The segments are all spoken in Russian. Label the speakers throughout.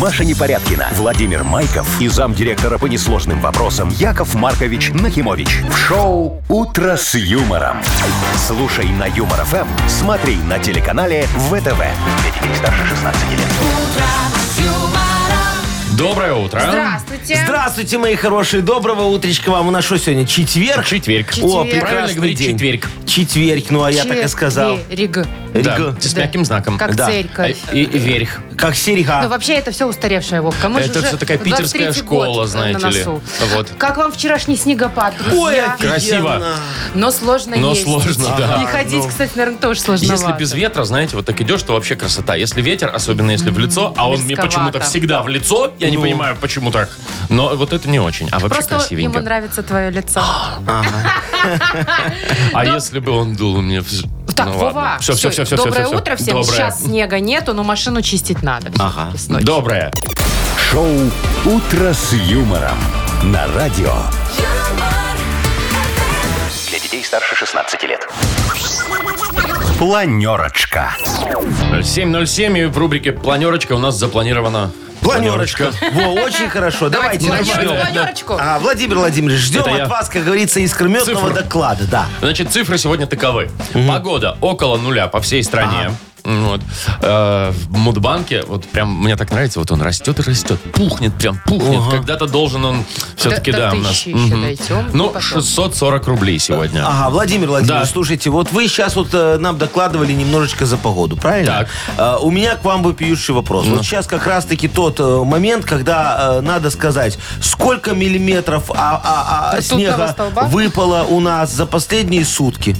Speaker 1: Маша Непорядкина, Владимир Майков и замдиректора по несложным вопросам Яков Маркович Нахимович. В шоу «Утро с юмором». Слушай на Юмор ФМ, смотри на телеканале ВТВ. Для детей старше 16 лет.
Speaker 2: Доброе утро.
Speaker 3: Здравствуйте.
Speaker 4: Здравствуйте, мои хорошие. Доброго утречка вам. У нас что сегодня? Четверг?
Speaker 2: Четверг.
Speaker 4: О,
Speaker 3: Четверг.
Speaker 2: Правильно
Speaker 4: прекрасный
Speaker 2: говорить
Speaker 4: день.
Speaker 2: четверг.
Speaker 4: Четверг, ну а я так и сказал.
Speaker 3: Рига.
Speaker 2: Да,
Speaker 4: Рига.
Speaker 2: с мягким знаком. Э,
Speaker 3: Как
Speaker 4: Да. Э,
Speaker 3: церковь.
Speaker 2: И, и верх.
Speaker 4: Как
Speaker 3: Ну,
Speaker 4: серьга.
Speaker 3: вообще, это все устаревшая Вовка. Мы же
Speaker 2: Это
Speaker 3: уже
Speaker 2: всё такая питерская
Speaker 3: 23-й
Speaker 2: школа,
Speaker 3: год, э,
Speaker 2: знаете
Speaker 3: на
Speaker 2: ли.
Speaker 3: носу.
Speaker 2: Вот.
Speaker 3: Как вам вчерашний снегопад,
Speaker 4: Ой,
Speaker 3: друзья?
Speaker 4: офигенно.
Speaker 2: Красиво.
Speaker 3: Но сложно
Speaker 2: Но
Speaker 3: ездить.
Speaker 2: сложно, да. Ну,
Speaker 3: И ходить, кстати, наверное, тоже сложно.
Speaker 2: Если без ветра, знаете, вот так идешь, то вообще красота. Если ветер, особенно если в лицо, а он мне
Speaker 3: рисковато.
Speaker 2: почему-то всегда в лицо, я не
Speaker 4: Ну.
Speaker 2: понимаю, почему так. Но вот это не очень, а вообще
Speaker 3: Просто ему
Speaker 2: красивенько.
Speaker 3: нравится твое лицо.
Speaker 2: А если бы он дул мне в... з-
Speaker 3: Так,
Speaker 2: ну,
Speaker 3: Вова,
Speaker 2: ладно. Все, все, все, все,
Speaker 3: доброе
Speaker 2: все, все.
Speaker 3: утро всем.
Speaker 2: Доброе.
Speaker 3: Сейчас снега нету, но машину чистить надо.
Speaker 4: Ага.
Speaker 3: всё-таки с ночи.
Speaker 2: Доброе.
Speaker 1: Шоу «Утро с юмором» на радио. Для детей старше 16 лет. Планерочка.
Speaker 2: 7.07 и в рубрике «Планерочка» у нас запланирована...
Speaker 4: Планерочка. Во, очень хорошо. Давайте.
Speaker 3: Давайте
Speaker 2: начнем.
Speaker 3: планерочку, планерочку.
Speaker 4: А, Владимир Владимирович, ждем
Speaker 2: Это
Speaker 4: от
Speaker 2: я.
Speaker 4: вас, как говорится, искрометного
Speaker 2: Цифру.
Speaker 4: доклада. Да.
Speaker 2: Значит, цифры сегодня таковы. Погода около нуля по всей стране. Вот. Э, в Мудбанке, вот прям, мне так нравится, вот он растет и растет, пухнет, прям пухнет. Когда-то должен он все-таки,
Speaker 3: До- до
Speaker 2: да, у нас.
Speaker 3: тысячи еще
Speaker 2: Мгм.
Speaker 3: дойдем, и
Speaker 2: Ну,
Speaker 3: потом.
Speaker 2: 640 рублей сегодня.
Speaker 4: Ага, Владимир Владимирович,
Speaker 2: Да.
Speaker 4: слушайте, вот вы сейчас вот э, нам докладывали немножечко за погоду, правильно? Э, у меня к вам вопиющий вопрос.
Speaker 2: Ну.
Speaker 4: Вот сейчас как раз-таки тот э, момент, когда э, надо сказать, сколько миллиметров а- а- а
Speaker 3: Ртутного
Speaker 4: снега
Speaker 3: столба?
Speaker 4: выпало у нас за последние сутки.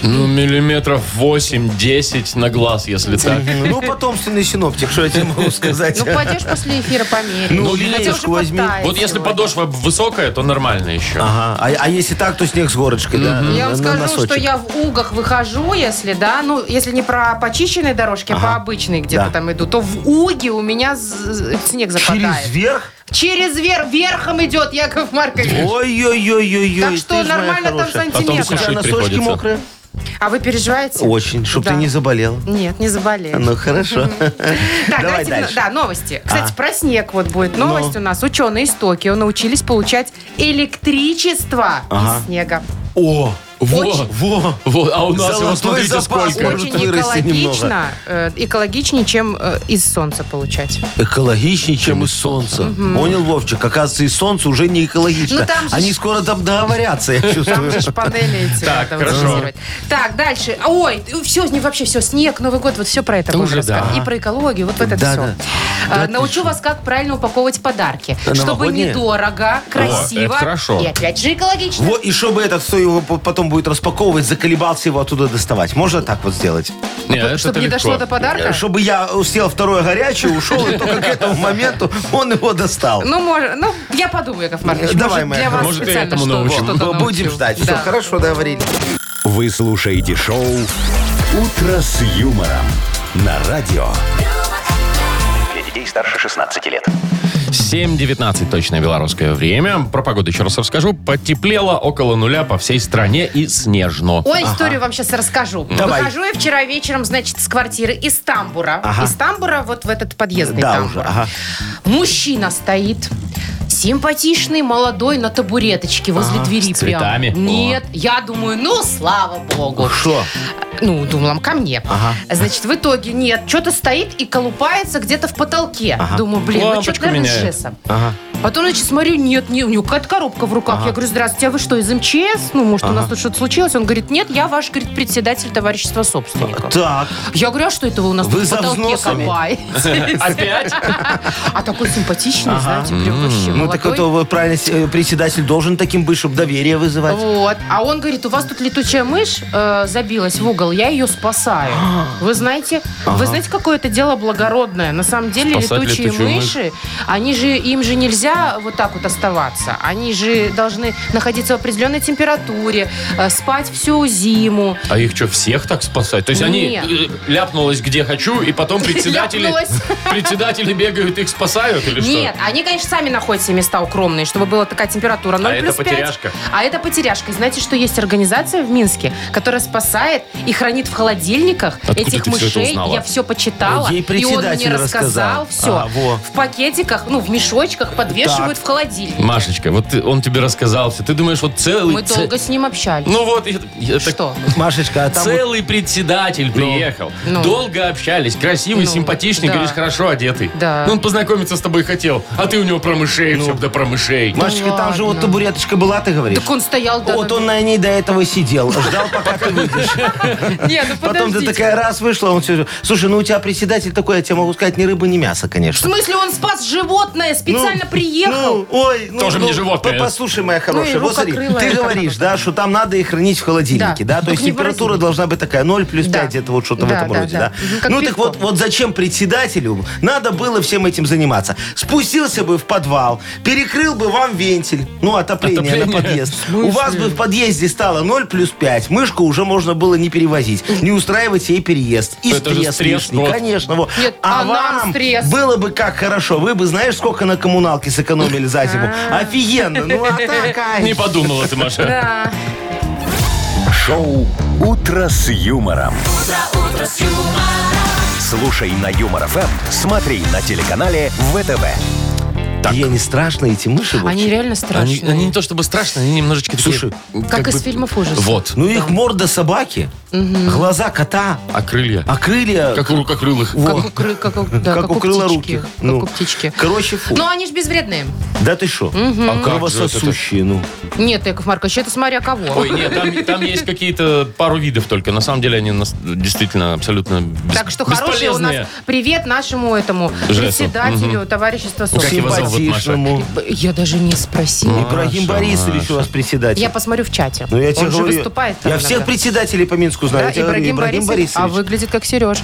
Speaker 2: Ну, миллиметров 8-10 на глаз, если так.
Speaker 4: Ну, потомственный синоптик, что я тебе могу сказать?
Speaker 3: Ну, пойдешь после эфира померить.
Speaker 4: Ну,
Speaker 3: Хотя
Speaker 4: линейку
Speaker 3: уже
Speaker 4: возьми.
Speaker 3: подтает
Speaker 2: Вот если
Speaker 3: сегодня.
Speaker 2: подошва высокая, то нормально еще.
Speaker 4: Ага, а, а если так, то снег с горочкой, да?
Speaker 3: Я вам
Speaker 4: на- на
Speaker 3: скажу,
Speaker 4: носочек.
Speaker 3: что я в угах выхожу, если, да, ну, если не про почищенные дорожки, а по обычной где-то
Speaker 4: Да.
Speaker 3: там иду, то в уге у меня з- снег западает.
Speaker 4: Через верх?
Speaker 3: Через верх, верхом идет Яков Маркович.
Speaker 4: Ой-ой-ой-ой-ой.
Speaker 3: Так что
Speaker 4: ты ж моя
Speaker 3: нормально там
Speaker 4: хорошая.
Speaker 2: Потом
Speaker 3: сантиметр.
Speaker 4: У тебя
Speaker 2: А сушить
Speaker 4: носочки
Speaker 2: приходится.
Speaker 4: мокрые?
Speaker 3: А вы переживаете?
Speaker 4: Очень, чтобы
Speaker 3: Да.
Speaker 4: ты не заболел.
Speaker 3: Нет, не заболел.
Speaker 4: Ну, хорошо.
Speaker 3: Так,
Speaker 4: Давай
Speaker 3: давайте,
Speaker 4: дальше. А.
Speaker 3: да, новости. Кстати, про снег вот будет. Новость
Speaker 4: Ну.
Speaker 3: у нас. Ученые из Токио научились получать электричество из снега.
Speaker 4: О,
Speaker 2: Во,
Speaker 4: во.
Speaker 2: во, а у нас его,
Speaker 4: Золотой
Speaker 2: смотрите,
Speaker 4: запас
Speaker 2: сколько.
Speaker 4: может
Speaker 3: Очень
Speaker 4: вырасти немного.
Speaker 3: экологично, э, экологичнее, чем э, из солнца получать.
Speaker 4: Экологичнее, чем из солнца. Понял, Вовчик? Оказывается, из солнца уже не экологично.
Speaker 3: Ну, там же
Speaker 4: Они
Speaker 3: ж-
Speaker 4: скоро там договорятся, я
Speaker 3: Там
Speaker 4: чувствую.
Speaker 3: же ж панели эти
Speaker 2: Так,
Speaker 3: надо
Speaker 2: хорошо.
Speaker 3: утилизировать. Так, дальше. Ой, все, вообще все, снег, Новый год, вот все про это
Speaker 2: Да
Speaker 3: можно
Speaker 2: уже да.
Speaker 3: рассказать. И про экологию, вот это
Speaker 4: Да,
Speaker 3: все.
Speaker 4: да.
Speaker 3: Научу вас, как правильно упаковывать подарки.
Speaker 4: Да,
Speaker 3: Чтобы
Speaker 4: новогодние?
Speaker 3: недорого, красиво.
Speaker 2: Э, это хорошо.
Speaker 3: И опять же экологично.
Speaker 4: Во, и чтобы этот, кто его по- потом будет распаковывать, заколебался его оттуда доставать. Можно так вот сделать?
Speaker 2: Не, это
Speaker 3: Чтобы не
Speaker 2: легко.
Speaker 3: дошло до подарка.
Speaker 4: Чтобы я съел второе горячее, ушел, и только к этому моменту он его достал.
Speaker 3: Ну, может, ну, я подумаю, Яков Маркович.
Speaker 4: Давай,
Speaker 3: может,
Speaker 4: моя
Speaker 3: для вас
Speaker 2: хорошая. Может, я
Speaker 3: специально
Speaker 2: этому
Speaker 3: что-
Speaker 2: научу.
Speaker 3: что-то
Speaker 4: Б- Будем
Speaker 3: научу.
Speaker 4: ждать. Все,
Speaker 3: Да.
Speaker 4: хорошо, договорились.
Speaker 1: Вы слушаете шоу «Утро с юмором» на радио. Для детей старше 16 лет.
Speaker 2: 7.19 точное белорусское время. Про погоду еще раз расскажу. Потеплело около нуля по всей стране и снежно.
Speaker 3: Ой, историю вам сейчас расскажу.
Speaker 4: Ну, Давай.
Speaker 3: Выхожу я вчера вечером, значит, с квартиры из тамбура.
Speaker 4: Ага.
Speaker 3: Из тамбура вот в этот подъездный
Speaker 4: Да,
Speaker 3: тамбур.
Speaker 4: уже, ага.
Speaker 3: Мужчина стоит. Симпатичный, молодой, на табуреточке возле двери
Speaker 2: с
Speaker 3: прям.
Speaker 2: цветами?
Speaker 3: Нет, я думаю, ну, слава богу.
Speaker 4: Что?
Speaker 3: Ну, думала, ко мне.
Speaker 4: Ага.
Speaker 3: Значит, в итоге нет. Что-то стоит и колупается где-то в потолке. Думаю, блин, ну
Speaker 2: Лампочку
Speaker 3: что-то, наверное,
Speaker 2: меняет.
Speaker 3: с ЖЭСом.
Speaker 4: Ага.
Speaker 3: Потом, значит, смотрю, нет, не, у него какая-то коробка в руках. Я говорю, здравствуйте, а вы что, из МЧС? Ну, может, у нас тут что-то случилось? Он говорит, нет, я ваш, говорит, председатель товарищества собственников.
Speaker 4: Так.
Speaker 3: Я говорю, а что это вы у нас
Speaker 4: Вы
Speaker 3: тут в
Speaker 4: за
Speaker 3: потолке
Speaker 4: взносами?
Speaker 3: копаете?
Speaker 2: Опять?
Speaker 3: А такой симпатичный, знаете, прям вообще
Speaker 4: Ну, так это
Speaker 3: молодой.
Speaker 4: вот правильно с- э, председатель должен таким быть, чтобы доверие вызывать.
Speaker 3: Вот. А он говорит, у вас тут летучая мышь э, забилась в угол, я ее спасаю. Вы знаете, вы знаете, какое это дело благородное. На самом деле
Speaker 2: Спасать
Speaker 3: летучие
Speaker 2: летучую мышь.
Speaker 3: мыши, они же им же нельзя нельзя вот так вот оставаться. Они же должны находиться в определенной температуре, э, спать всю зиму.
Speaker 2: А их что, всех так спасать? То есть они
Speaker 3: Нет.
Speaker 2: э, ляпнулось где хочу, и потом председатели,
Speaker 3: Ляпнулось.
Speaker 2: председатели бегают, их спасают или что?
Speaker 3: Нет, они, конечно, сами находят себе места укромные, чтобы была такая температура. 0
Speaker 2: А это
Speaker 3: плюс 5.
Speaker 2: потеряшка.
Speaker 3: А это потеряшка. И знаете, что есть организация в Минске, которая спасает и хранит в холодильниках
Speaker 2: Откуда
Speaker 3: этих
Speaker 2: ты всё это
Speaker 3: мышей.
Speaker 2: узнала?
Speaker 3: Я все почитала. и он мне
Speaker 4: Ей председатель
Speaker 3: рассказал
Speaker 4: рассказал.
Speaker 3: все.
Speaker 4: А, во.
Speaker 3: В пакетиках, ну, в мешочках подвешивают в холодильник.
Speaker 2: Машечка, вот ты- он тебе рассказался. Ты думаешь, вот целый...
Speaker 3: Мы
Speaker 2: ц-
Speaker 3: долго с ним общались.
Speaker 2: Ну вот, я- я так-
Speaker 3: что?
Speaker 4: Машечка, а там... вот-
Speaker 2: целый председатель приехал.
Speaker 3: Ну.
Speaker 2: Долго общались. Красивый,
Speaker 3: Ну,
Speaker 2: симпатичный,
Speaker 3: да.
Speaker 2: говоришь, хорошо одетый.
Speaker 3: Да.
Speaker 2: Ну, он познакомиться с тобой хотел. А ты у него про мышей, все да про мышей.
Speaker 4: Машечка, там же вот
Speaker 3: ладно.
Speaker 4: табуреточка была, ты говоришь?
Speaker 3: Так он стоял, да.
Speaker 4: вот он на ней до этого сидел, ждал, пока ты выйдешь.
Speaker 3: Не, ну
Speaker 4: Потом ты
Speaker 3: подождите.
Speaker 4: такая раз вышла, он все... Слушай, ну у тебя председатель такой, я тебе могу сказать, ни рыба, ни мясо,
Speaker 3: В
Speaker 4: конечно.
Speaker 3: смысле, он спас животное, специально приехал.
Speaker 4: Ну, ой, ну,
Speaker 2: Тоже
Speaker 4: ну,
Speaker 2: мне животное.
Speaker 4: по- Послушай, моя хорошая,
Speaker 3: Ну и
Speaker 4: вот смотри,
Speaker 3: рукокрылая
Speaker 4: ты
Speaker 3: это
Speaker 4: говоришь,
Speaker 3: какая-то.
Speaker 4: да, что там надо их хранить в холодильнике,
Speaker 3: Да.
Speaker 4: да, то есть
Speaker 3: Только не в
Speaker 4: температура
Speaker 3: морозильнике.
Speaker 4: должна быть такая 0 плюс
Speaker 3: Да.
Speaker 4: 5, где-то вот что-то в
Speaker 3: Да,
Speaker 4: этом
Speaker 3: да,
Speaker 4: роде,
Speaker 3: да.
Speaker 4: да.
Speaker 3: Мгм, как
Speaker 4: Ну так
Speaker 3: пивко.
Speaker 4: вот, вот зачем председателю надо было всем этим заниматься? Спустился бы в подвал, перекрыл бы вам вентиль, ну, отопление на
Speaker 2: Отопление?
Speaker 4: подъезд.
Speaker 2: В
Speaker 4: У вас бы в подъезде стало 0 плюс 5, мышку уже можно было не перевозить, не устраивать ей переезд. И
Speaker 2: Это же
Speaker 4: стресс
Speaker 2: стресс,
Speaker 4: лишний,
Speaker 2: вот.
Speaker 4: конечно. вот.
Speaker 3: Нет,
Speaker 4: А
Speaker 3: а нам
Speaker 4: вам
Speaker 3: стресс.
Speaker 4: было бы как хорошо. Вы бы, знаешь, сколько на коммуналке сэкономили за зиму? Офигенно. Ну, а так, ай.
Speaker 2: Не подумала ты, Маша.
Speaker 3: Да.
Speaker 1: Шоу «Утро с юмором». Слушай на Юмор ФМ, смотри на телеканале ВТВ.
Speaker 4: Ей не страшно эти мыши Вовчик?
Speaker 3: Они реально
Speaker 2: Они,
Speaker 3: страшные.
Speaker 2: они не то чтобы страшные, они немножечко такие...
Speaker 4: Слушай,
Speaker 3: Как из фильмов ужасов.
Speaker 2: Вот.
Speaker 4: Ну, их морда собаки, глаза кота,
Speaker 2: А крылья?
Speaker 4: а крылья...
Speaker 2: Как у рукокрылых.
Speaker 4: Во.
Speaker 3: Как у, кры- как у- да,
Speaker 4: Как
Speaker 3: как
Speaker 4: у
Speaker 3: у птички.
Speaker 4: крылоруких.
Speaker 3: Как
Speaker 4: Ну.
Speaker 3: у птички. Ну,
Speaker 4: Короче, фу.
Speaker 3: Но они же безвредные.
Speaker 4: Да ты
Speaker 2: А
Speaker 4: что?
Speaker 2: как же
Speaker 4: Кровососущие, ну.
Speaker 3: Нет, Яков Маркович, это смотря кого.
Speaker 2: это? Ой, нет, там, там есть какие-то пару видов только. На самом деле они нас- действительно абсолютно бес-
Speaker 3: так что хороший
Speaker 2: бесполезные.
Speaker 3: у нас привет нашему этому
Speaker 2: Жесту.
Speaker 3: председателю товарищества
Speaker 2: Как
Speaker 3: Сос.
Speaker 2: его зовут,
Speaker 4: Симпатичному.
Speaker 3: Я даже не спросила.
Speaker 4: Ибрагим
Speaker 2: Маша,
Speaker 4: Борисович у вас председатель.
Speaker 3: Я посмотрю в чате.
Speaker 4: Ну, я тебе
Speaker 3: Он же
Speaker 4: говорю,
Speaker 3: выступает. там
Speaker 4: Я
Speaker 3: иногда.
Speaker 4: всех председателей по Минску знаю.
Speaker 3: Да,
Speaker 4: Я тебе говорю,
Speaker 3: Ибрагим, Борисович, А выглядит как Сереж.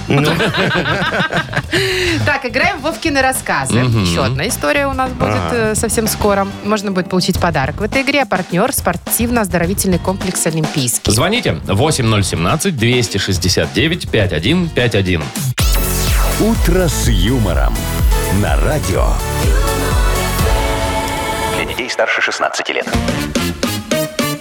Speaker 3: Так, играем в Вовкины рассказы. Еще одна история у нас будет э, совсем скоро. Можно будет получить подарок. В этой игре а партнер спортивно-оздоровительный комплекс «Олимпийский».
Speaker 2: Звоните 8017-269-5151.
Speaker 1: «Утро с юмором» на радио. Для детей старше 16 лет.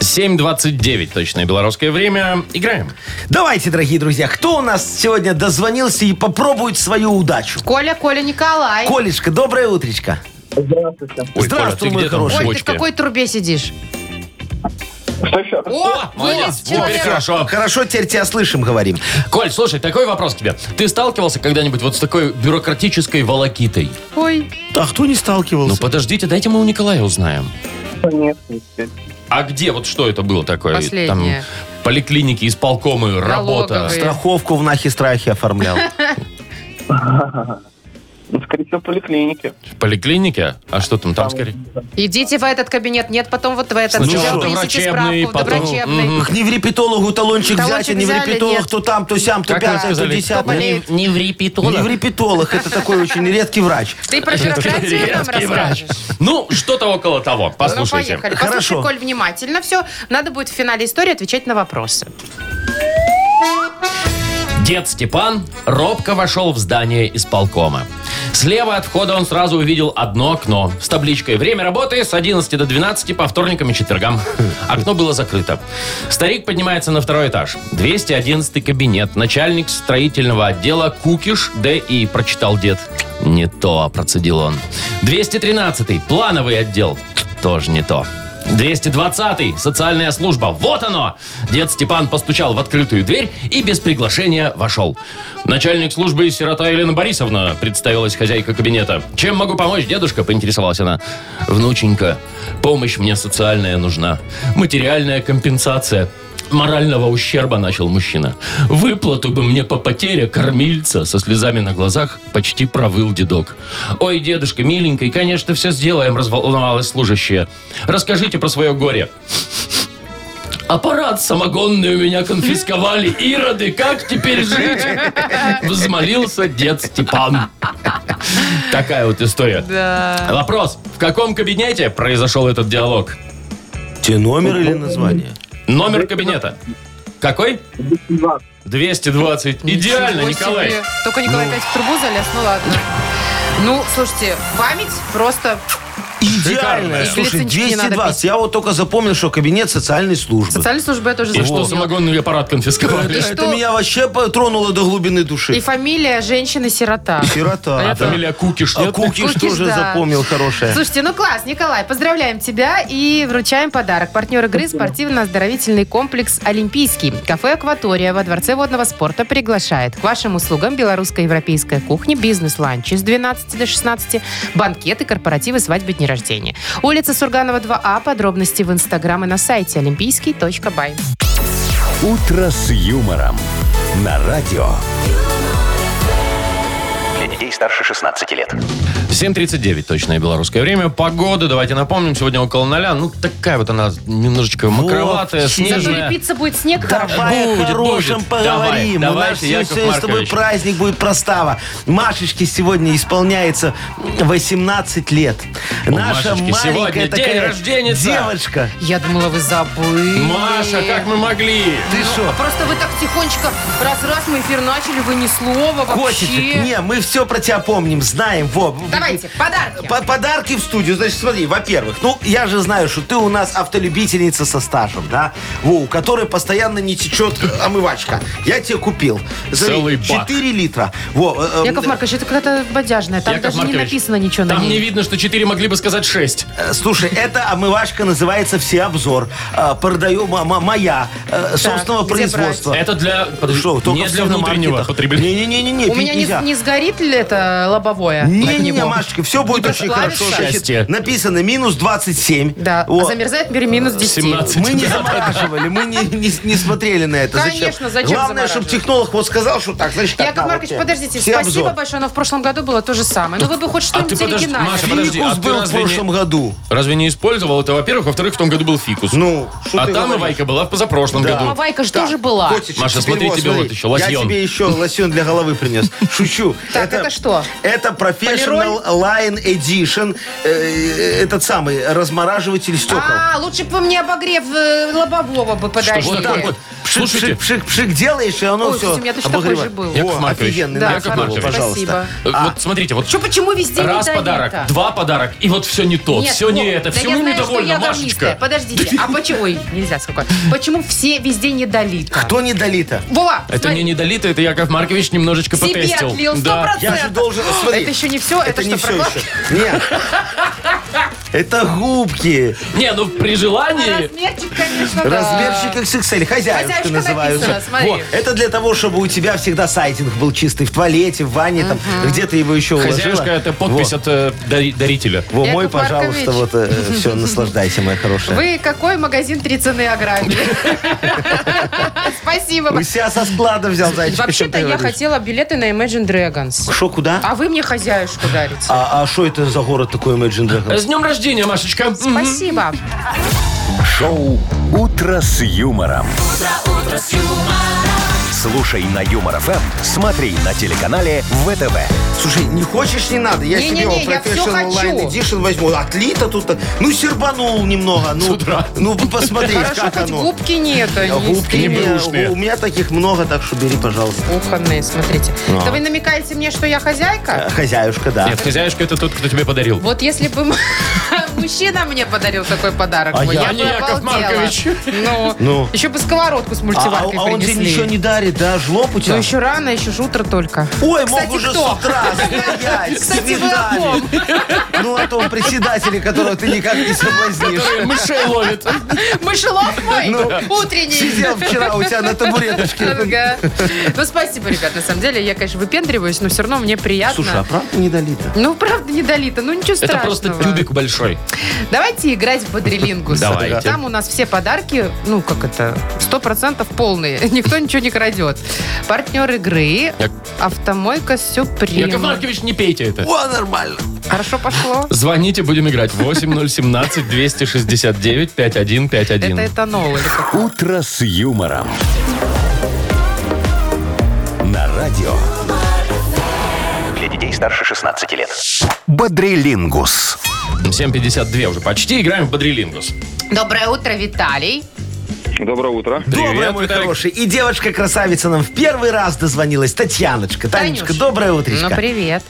Speaker 2: 7.29 точное белорусское время. Играем.
Speaker 4: Давайте, дорогие друзья, кто у нас сегодня дозвонился и попробует свою удачу?
Speaker 3: Коля, Коля, Николай.
Speaker 4: Э, Колечка, доброе утречко.
Speaker 2: Ой,
Speaker 4: Здравствуй,
Speaker 2: Коля, ты
Speaker 4: мой
Speaker 2: где там в
Speaker 4: хороший.
Speaker 3: Ой, ты в
Speaker 2: бочке?
Speaker 3: какой трубе сидишь? О,
Speaker 2: молодец.
Speaker 3: вылез
Speaker 2: О,
Speaker 3: человек.
Speaker 2: хорошо.
Speaker 4: Хорошо, теперь тебя слышим, говорим.
Speaker 2: Коль, слушай, такой вопрос к тебе. Ты сталкивался когда-нибудь вот с такой бюрократической волокитой?
Speaker 3: Ой,
Speaker 4: А кто не
Speaker 2: Ну
Speaker 4: сталкивался?
Speaker 2: подождите, дайте мы у Николая узнаем.
Speaker 5: Конечно.
Speaker 2: А где вот что это было такое?
Speaker 3: Последнее.
Speaker 2: Там поликлиники, исполкомы, работа.
Speaker 3: Налоговые.
Speaker 4: Страховку в нахе страхе оформлял.
Speaker 5: Ну, скорее всего, в поликлинике.
Speaker 2: В поликлинике? А что там? Там скорее.
Speaker 3: идите в этот кабинет, нет, потом вот в этот.
Speaker 2: Сначала
Speaker 3: Сейчас
Speaker 2: в
Speaker 3: принесите
Speaker 2: врачебный,
Speaker 3: справку в
Speaker 2: потом-
Speaker 3: доброчебный.
Speaker 2: Мгм.
Speaker 4: К неврепетологу талончик взять,
Speaker 3: Талончик
Speaker 4: а
Speaker 3: взяли,
Speaker 4: неврепетолог
Speaker 3: нет.
Speaker 4: то там, то сям, то
Speaker 2: Как вы
Speaker 4: пятое, то
Speaker 2: сказали? Кто
Speaker 4: десятое.
Speaker 3: болеет?
Speaker 2: Не в репетолог.
Speaker 4: Неврепетолог, это такой очень редкий врач.
Speaker 3: Ты про бюрократию нам
Speaker 2: Резкий врач.
Speaker 3: расскажешь.
Speaker 2: Ну, что-то около того.
Speaker 3: Ну,
Speaker 2: Послушайте.
Speaker 3: поехали. Послушай,
Speaker 4: Хорошо.
Speaker 3: Коль, внимательно все. Надо будет в финале истории отвечать на вопросы.
Speaker 2: Дед Степан робко вошел в здание исполкома. Слева от входа он сразу увидел одно окно с табличкой «Время работы с 11 до 12 по вторникам и четвергам». Окно было закрыто. Старик поднимается на второй этаж. 211 кабинет. Начальник строительного отдела Кукиш Д.И. прочитал дед. «Не то», процедил он. 213 плановый отдел. Тоже не то. 220-й. Социальная служба. Вот оно! Дед Степан постучал в открытую дверь и без приглашения вошел. Начальник службы сирота Елена Борисовна, представилась хозяйка кабинета. Чем могу помочь, дедушка? Поинтересовалась она. Внученька, помощь мне социальная нужна. Материальная компенсация. Морального ущерба начал мужчина. Выплату бы мне по потере кормильца со слезами на глазах почти провыл дедок. Ой, дедушка, миленький, конечно, все сделаем, разволновалась служащая. Расскажите про свое горе. Аппарат самогонный у меня конфисковали ироды. Как теперь жить? Взмолился дед Степан. Такая вот история.
Speaker 3: Да.
Speaker 2: Вопрос. В каком кабинете произошел этот диалог?
Speaker 4: Тебе номер или название?
Speaker 2: Номер кабинета. Какой? 220. Идеально,
Speaker 3: Ничего
Speaker 2: Николай.
Speaker 3: себе. Только Николай опять в трубу залез, ну ладно. Ну, слушайте, память просто
Speaker 4: Идеально.
Speaker 2: Шикарная.
Speaker 4: Слушай,
Speaker 3: Лестнички не надо
Speaker 4: 220. Я вот только запомнил, что кабинет социальной службы.
Speaker 3: социальная служба я тоже
Speaker 2: И что,
Speaker 3: запомнила.
Speaker 2: самогонный аппарат конфисковали?
Speaker 3: Да,
Speaker 4: Это
Speaker 3: что?
Speaker 4: меня вообще потронуло до глубины
Speaker 3: И
Speaker 4: души.
Speaker 3: фамилия женщины-сирота.
Speaker 4: Сирота.
Speaker 3: А
Speaker 4: да.
Speaker 2: Фамилия Кукиш,
Speaker 4: А
Speaker 2: нет?
Speaker 4: Кукиш
Speaker 3: Кукиш,
Speaker 4: тоже
Speaker 3: да.
Speaker 4: запомнил хорошее.
Speaker 3: Слушайте, ну класс, Николай, поздравляем тебя и вручаем подарок. Партнер игры спортивно-оздоровительный комплекс «Олимпийский». Кафе «Акватория» во Дворце водного спорта приглашает. К вашим услугам белорусская и европейская кухня, бизнес-ланчи с 12 до 16, банкеты, корпоративы, свадьбы, дни рождения. Улица Сурганова 2А. Подробности в Инстаграм и на сайте олимпийский.бай.
Speaker 1: «Утро с юмором» на радио.
Speaker 6: Для детей старше 16 лет.
Speaker 2: 7.39 точное белорусское время. Погода, давайте напомним, сегодня около ноля. Ну, такая вот она немножечко мокроватая,
Speaker 3: Зато
Speaker 2: снежная.
Speaker 3: лепиться будет снег.
Speaker 4: Давай
Speaker 2: Будет,
Speaker 4: о хорошем
Speaker 2: будет.
Speaker 4: поговорим.
Speaker 2: Давай,
Speaker 4: У нас
Speaker 2: давайте, Яков
Speaker 4: сегодня с тобой
Speaker 2: Маркович.
Speaker 4: праздник будет простава. Машечке сегодня исполняется 18 лет. Наша
Speaker 2: Машечки сегодня
Speaker 4: маленькая
Speaker 2: день
Speaker 4: такая
Speaker 2: рождения.
Speaker 4: девочка.
Speaker 3: Я думала, вы забыли.
Speaker 2: Маша, как мы могли?
Speaker 4: Ты
Speaker 3: Ну, а
Speaker 4: что?
Speaker 3: Просто вы так тихонечко раз-раз мы эфир начали, вы ни слова вообще.
Speaker 4: Котик, не, мы все про тебя помним, знаем. Во.
Speaker 3: Давайте, подарки.
Speaker 4: По- подарки в студию. Значит, смотри, во-первых, ну, я же знаю, что ты у нас автолюбительница со стажем, да? Во, у которой постоянно не течет омывачка. Я тебе купил. за
Speaker 2: Целый бак.
Speaker 4: 4 литра. Во, э, э,
Speaker 3: Яков Маркович, это какая-то бодяжная. Там
Speaker 2: Яков
Speaker 3: даже не
Speaker 2: Маркович,
Speaker 3: написано ничего на
Speaker 2: Там не
Speaker 3: ней.
Speaker 2: видно, что 4 могли бы сказать 6.
Speaker 4: э, Слушай, эта омывашка называется «Всеобзор». Э, Продаю м- м- моя, э, собственного
Speaker 3: где
Speaker 4: производства.
Speaker 2: Это для, подожди,
Speaker 4: Что, только
Speaker 2: не
Speaker 4: в
Speaker 2: для внутреннего
Speaker 4: севномаркетах?
Speaker 2: потребления.
Speaker 4: Не-не-не-не,
Speaker 3: У
Speaker 4: пить
Speaker 3: меня
Speaker 4: нельзя.
Speaker 3: не, не сгорит ли это лобовое? от
Speaker 4: Не-не-не,
Speaker 3: него?
Speaker 4: Машечка, все будет очень
Speaker 3: расплавится?
Speaker 4: хорошо. Значит,
Speaker 2: Счастье.
Speaker 4: Написано минус 27.
Speaker 3: Да, а
Speaker 4: Во.
Speaker 3: замерзает в мире минус 10.
Speaker 2: 17.
Speaker 4: Мы не замораживали, мы не, не- не смотрели на это.
Speaker 3: Конечно, зачем
Speaker 4: Главное, чтобы
Speaker 3: замораживать?
Speaker 4: технолог вот сказал, что так, значит, так.
Speaker 3: Яков
Speaker 4: на, вот
Speaker 3: Маркович,
Speaker 4: тебе.
Speaker 3: подождите,
Speaker 4: Все
Speaker 3: спасибо
Speaker 4: обзор.
Speaker 3: большое, но в прошлом году было то же самое. Ну вы бы
Speaker 2: А
Speaker 3: хоть
Speaker 2: ты
Speaker 3: что-нибудь
Speaker 2: подожди,
Speaker 3: оригинальное.
Speaker 2: Маша, подожди,
Speaker 4: Фикус
Speaker 2: а ты
Speaker 4: был в
Speaker 2: разве не-
Speaker 4: прошлом году.
Speaker 2: Разве не использовал это, во-первых? Во-вторых, в том году был фикус.
Speaker 4: Ну, что
Speaker 2: а
Speaker 4: ты
Speaker 2: там и
Speaker 4: говоришь?
Speaker 2: Вайка была в позапрошлом
Speaker 4: Да.
Speaker 2: году.
Speaker 3: А Вайка же
Speaker 4: Так,
Speaker 3: тоже была.
Speaker 4: котичек,
Speaker 2: Маша,
Speaker 4: теперь
Speaker 2: смотри, тебе вот еще
Speaker 4: Я
Speaker 2: лосьон.
Speaker 4: тебе еще лосьон для головы принес. Шучу.
Speaker 3: Так, это что?
Speaker 4: Это Professional Line Edition. э, Этот самый размораживатель стекол.
Speaker 3: А, лучше бы вы мне обогрев э, лобового бы
Speaker 2: ж
Speaker 3: подарили.
Speaker 2: такое? Вот.
Speaker 4: Пшик,
Speaker 2: Слушайте.
Speaker 4: пшик, пшик, пшик делаешь, и оно
Speaker 3: Ой,
Speaker 4: все
Speaker 3: слушайте, у меня точно такой же был.
Speaker 2: Яков Маркович.
Speaker 4: Офигенный
Speaker 3: Да,
Speaker 4: набор,
Speaker 2: Яков Маркович.
Speaker 4: пожалуйста.
Speaker 2: Э,
Speaker 3: А.
Speaker 2: Вот смотрите, вот
Speaker 3: Что, почему везде не а?
Speaker 2: раз
Speaker 3: до
Speaker 2: подарок,
Speaker 3: этого?
Speaker 2: два подарок, и вот все не то,
Speaker 3: Нет,
Speaker 2: все не
Speaker 3: Вов,
Speaker 2: это,
Speaker 3: да
Speaker 2: все
Speaker 3: я знаю, что
Speaker 2: недовольна,
Speaker 3: я говнистая.
Speaker 2: Машечка.
Speaker 3: Подождите, а почему... Ой, нельзя сколько. Почему все везде недолито?
Speaker 4: Кто не долито?
Speaker 3: Вова,
Speaker 2: Это
Speaker 3: смотри,
Speaker 2: мне не долито, это Яков Маркович немножечко
Speaker 3: себе
Speaker 2: потестил.
Speaker 3: отлил, сто
Speaker 2: Да.
Speaker 4: Я же должен... Смотри,
Speaker 3: Это еще не все, это,
Speaker 4: не
Speaker 3: что,
Speaker 4: все
Speaker 3: прокладки?
Speaker 4: еще. Нет. Это губки.
Speaker 2: Не, ну при желании...
Speaker 3: А Размерчик, конечно, да.
Speaker 4: Размерчик как сексель. Хозяюшка
Speaker 3: Хозяюшка
Speaker 4: называются.
Speaker 3: написано, смотри.
Speaker 4: Во, Это для того, чтобы у тебя всегда сайтинг был чистый. В туалете, в ванне, там, где ты его еще уложила.
Speaker 2: Хозяюшка, это подпись
Speaker 4: Во.
Speaker 2: от э, дари- дарителя.
Speaker 4: Во, мой,
Speaker 3: Яков
Speaker 4: пожалуйста,
Speaker 3: Маркович.
Speaker 4: вот все, наслаждайся, моя хорошая.
Speaker 3: Вы какой магазин три цены ограбили? Спасибо.
Speaker 4: Вы себя со склада взял, зайчик.
Speaker 3: Вообще-то я хотела билеты на Imagine Dragons.
Speaker 4: Что, куда?
Speaker 3: А вы мне хозяюшку дарите.
Speaker 4: А что это за город такой Imagine Dragons?
Speaker 2: С днем рождения, Машечка. М.
Speaker 3: Спасибо.
Speaker 1: Шоу «Утро с юмором». Слушай на Юмор ФМ, смотри на телеканале ВТВ.
Speaker 4: Э, Слушай, не хочешь, не надо. Я
Speaker 3: Не-не-не,
Speaker 4: себе его
Speaker 3: я всё
Speaker 4: Professional
Speaker 3: хочу.
Speaker 4: Line Edition возьму. Отлито тут. Ну, сербанул немного. Ну,
Speaker 2: утра.
Speaker 4: Ну, посмотри,
Speaker 3: Хорошо,
Speaker 4: как
Speaker 3: хоть
Speaker 4: оно.
Speaker 3: губки нет. а
Speaker 4: А
Speaker 3: есть
Speaker 4: Губки
Speaker 3: или-
Speaker 4: у меня-
Speaker 2: бэушные.
Speaker 4: у меня таких много, так что бери, пожалуйста.
Speaker 3: кухонные, смотрите. Да вы намекаете мне, что я хозяйка?
Speaker 4: Э, Хозяюшка, да.
Speaker 2: Нет, хозяюшка это тот, кто тебе подарил.
Speaker 3: Вот если бы м- мужчина мне подарил такой подарок,
Speaker 4: А
Speaker 3: бы,
Speaker 4: я-
Speaker 3: я
Speaker 4: А
Speaker 3: бы
Speaker 2: не Яков
Speaker 3: обалдела.
Speaker 2: Маркович.
Speaker 3: Ну,
Speaker 4: Ну.
Speaker 3: еще бы сковородку с
Speaker 4: А, а-
Speaker 3: мультиваркой
Speaker 4: а он тебе
Speaker 3: принесли.
Speaker 4: ничего не дарит, да? Жлоб у тебя?
Speaker 3: Ну, еще рано, еще ж утро только.
Speaker 4: Ой,
Speaker 3: Кстати,
Speaker 4: мог уже
Speaker 3: кто?
Speaker 4: с утра стоять.
Speaker 3: Кстати, вы о
Speaker 4: свидание.
Speaker 3: ком?
Speaker 4: Ну, о том председателе, которого ты никак не соблазнишь.
Speaker 2: Который мышей
Speaker 3: Ну,
Speaker 2: ловит.
Speaker 3: Мышелов мой
Speaker 4: Ну,
Speaker 3: утренний.
Speaker 4: Сидел вчера у тебя на табуреточке.
Speaker 3: Ага. Ну, спасибо, ребят, на самом деле. Я, конечно, выпендриваюсь, но все равно мне приятно.
Speaker 4: Слушай, а правда не долито?
Speaker 3: Ну, правда, не долито, ну ничего
Speaker 2: Это
Speaker 3: страшного.
Speaker 2: просто тюбик большой.
Speaker 3: Давайте играть в бодрелингус.
Speaker 2: Давайте.
Speaker 3: Там у нас все подарки, ну, как это, 100% полные. Никто ничего не крадет. Партнер игры
Speaker 2: Як-
Speaker 3: «Автомойка Сюприм».
Speaker 2: Яков Маркович, не пейте это.
Speaker 4: О, нормально.
Speaker 3: Хорошо пошло.
Speaker 2: Звоните, будем играть. 8017-269-5151.
Speaker 3: Это этанол или как?
Speaker 1: «Утро с юмором». На радио.
Speaker 6: Для Для детей старше 16 лет.
Speaker 1: Бодрилингус.
Speaker 2: 7.52 уже почти. Играем в Бодрилингус.
Speaker 3: Доброе утро, Виталий.
Speaker 5: Доброе утро.
Speaker 4: Доброе,
Speaker 2: Привет,
Speaker 4: мой
Speaker 2: Виталик.
Speaker 4: хороший. И девочка-красавица нам в первый раз дозвонилась. Татьяночка. Танечка,
Speaker 3: Танюш.
Speaker 4: доброе утречко.
Speaker 3: Ну, привет.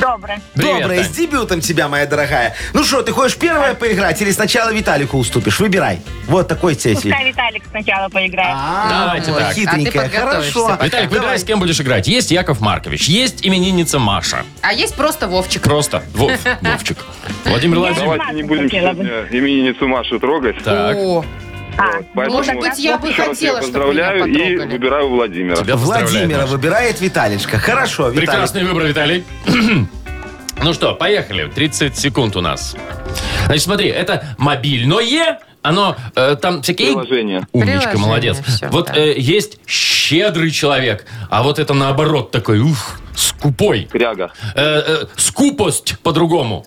Speaker 7: Доброе.
Speaker 2: Привет,
Speaker 4: Доброе, с
Speaker 2: Тань.
Speaker 4: дебютом тебя, моя дорогая. Ну что, ты хочешь первая поиграть или сначала Виталику уступишь? Выбирай. Вот такой тебе
Speaker 7: Пускай
Speaker 4: ответ.
Speaker 7: Виталик сначала поиграет.
Speaker 4: А,
Speaker 2: Давайте
Speaker 4: вот,
Speaker 2: так.
Speaker 4: Хитренькая,
Speaker 3: А ты подготовишься.
Speaker 4: хорошо.
Speaker 2: Виталик, выбирай, с кем будешь играть. Есть Яков Маркович, есть именинница Маша.
Speaker 3: А есть просто Вовчик.
Speaker 2: Просто Вов, Вовчик. Владимир Владимирович.
Speaker 5: Давайте не будем
Speaker 7: Хотела бы.
Speaker 5: сегодня именинницу Машу трогать.
Speaker 2: Так,
Speaker 3: О,
Speaker 7: А,
Speaker 5: Поэтому
Speaker 3: может быть, я бы
Speaker 5: еще раз
Speaker 3: хотела,
Speaker 5: я
Speaker 3: чтобы
Speaker 5: поздравляю
Speaker 3: меня
Speaker 5: и
Speaker 3: потрогали.
Speaker 5: выбираю Владимира.
Speaker 2: тебя поздравляю,
Speaker 4: Владимира
Speaker 2: Маша.
Speaker 4: выбирает Виталичка. Хорошо, Виталик.
Speaker 2: Прекрасный выбор, Виталий. Ну что, поехали. 30 секунд у нас. Значит, смотри, это мобильное, оно э, там всякие...
Speaker 5: Приложение.
Speaker 2: Умничка,
Speaker 3: Приложение,
Speaker 2: молодец.
Speaker 3: всё,
Speaker 2: вот
Speaker 3: да.
Speaker 2: э, есть щедрый человек, а вот это наоборот такой, ух, скупой.
Speaker 5: Кряга.
Speaker 2: Э, э, скупость по-другому.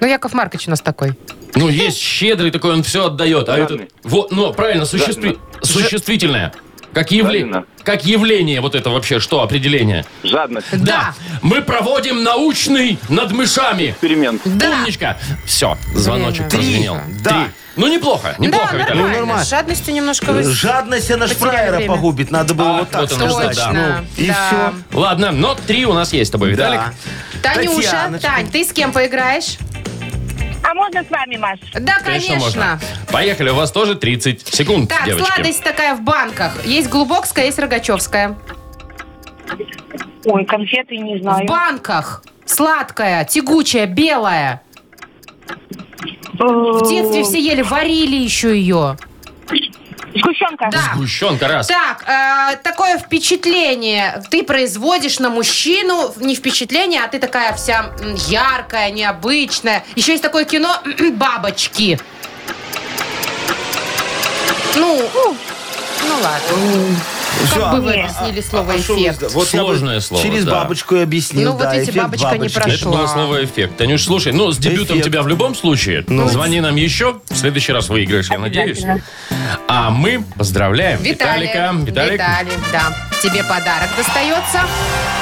Speaker 3: ну Яков Маркович у нас такой.
Speaker 2: Ну, есть щедрый такой, он все отдает. А
Speaker 5: Жадный.
Speaker 2: этот... Вот, ну, правильно, существи- существительное. Как, явле...
Speaker 5: Жадина.
Speaker 2: как явление вот это вообще, что определение?
Speaker 5: Жадность.
Speaker 2: Да. Мы проводим научный над мышами.
Speaker 5: Эксперимент.
Speaker 3: Да.
Speaker 2: Умничка. Все, звоночек
Speaker 3: Время.
Speaker 2: прозвенел.
Speaker 4: Три. Да.
Speaker 2: Три. Ну, неплохо, неплохо,
Speaker 3: да,
Speaker 2: Виталий.
Speaker 3: нормально.
Speaker 4: Ну, нормально.
Speaker 3: С жадностью немножко вы...
Speaker 4: Жадность она ж
Speaker 3: Потеряли
Speaker 4: фраера
Speaker 3: время.
Speaker 4: погубит. Надо было
Speaker 2: А,
Speaker 4: вот так
Speaker 2: вот оно
Speaker 4: сказать.
Speaker 2: что, да.
Speaker 3: Точно,
Speaker 4: Ну, и
Speaker 3: да.
Speaker 4: все.
Speaker 2: Ладно, но три у нас есть с тобой, Виталик.
Speaker 3: Танюша,
Speaker 4: Татьяночка.
Speaker 3: Тань, ты с кем поиграешь?
Speaker 7: А можно с вами, Маш?
Speaker 3: Да, конечно.
Speaker 2: можно. Поехали, у вас тоже 30 секунд,
Speaker 3: Так,
Speaker 2: девочки.
Speaker 3: сладость такая в банках. Есть Глубокская, есть Рогачевская.
Speaker 7: Ой, конфеты не
Speaker 3: В
Speaker 7: знаю.
Speaker 3: банках. Сладкая, тягучая, белая. В
Speaker 7: В
Speaker 3: детстве все ели, варили еще ее.
Speaker 7: Сгущенка.
Speaker 3: Да.
Speaker 2: Сгущенка, раз.
Speaker 3: Так, э, такое впечатление. Ты производишь на мужчину не впечатление, а ты такая вся м, яркая, необычная. Еще есть такое кино «Бабочки». Ну, ну ладно.
Speaker 4: Всё.
Speaker 3: Как бы вы
Speaker 7: Нет.
Speaker 3: объяснили слово
Speaker 4: А шо вы
Speaker 3: «эффект»?
Speaker 4: сда- вот я бы
Speaker 2: Сложное слово,
Speaker 4: Через
Speaker 2: да.
Speaker 4: бабочку и объяснил.
Speaker 3: Ну, вот
Speaker 4: да,
Speaker 3: видите,
Speaker 4: эффект
Speaker 3: бабочка не
Speaker 4: бабочки.
Speaker 3: прошла.
Speaker 2: Это было слово эффект. Танюш, слушай, ну с дебютом
Speaker 4: Эффект.
Speaker 2: тебя в любом случае. Ну. Звони нам еще. В следующий раз выиграешь, я надеюсь. А мы поздравляем Виталика. Виталик.
Speaker 3: Виталий, да. Тебе подарок достается.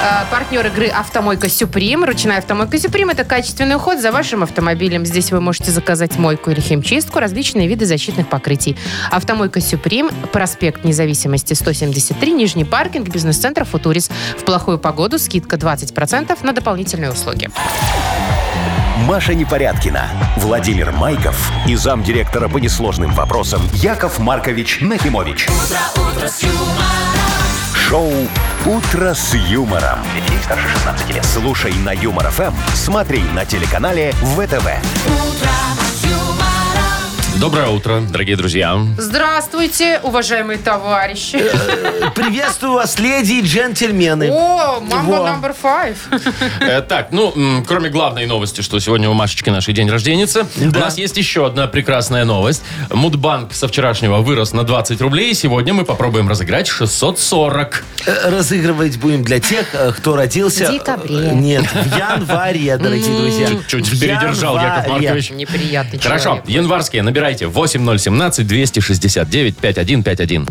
Speaker 3: Э, партнер игры «Автомойка Сюприм». Ручная «Автомойка Сюприм» — это качественный уход за вашим автомобилем. Здесь вы можете заказать мойку или химчистку, различные виды защитных покрытий. «Автомойка Сюприм», проспект Независимости, 173, Нижний паркинг, бизнес-центр «Футурис». В плохую погоду скидка 20% на дополнительные услуги.
Speaker 1: Маша Непорядкина, Владимир Майков и замдиректора по несложным вопросам Яков Маркович Нахимович. Шоу Утро с юмором.
Speaker 6: Для детей старше 16 лет.
Speaker 1: Слушай на юмор ФМ, смотри на телеканале ВТВ.
Speaker 2: Доброе утро, дорогие друзья.
Speaker 3: Здравствуйте, уважаемые товарищи.
Speaker 2: Э,
Speaker 4: Приветствую вас, леди и джентльмены.
Speaker 3: О, мама
Speaker 4: Во.
Speaker 3: number five.
Speaker 2: Э, Так, ну, м, кроме главной новости, что сегодня у Машечки нашей день рождения, у нас есть еще одна прекрасная новость. Мудбанк со вчерашнего вырос на 20 рублей, и сегодня мы попробуем разыграть 640.
Speaker 4: Э, Разыгрывать будем для тех, э, кто родился...
Speaker 3: В декабре.
Speaker 4: э, Нет, в январе, дорогие друзья.
Speaker 2: Чуть-чуть
Speaker 4: В
Speaker 2: передержал Яков
Speaker 4: январе.
Speaker 2: Маркович.
Speaker 3: Неприятный
Speaker 2: Хорошо,
Speaker 3: человек.
Speaker 2: январские набирайте 8017 269 5151.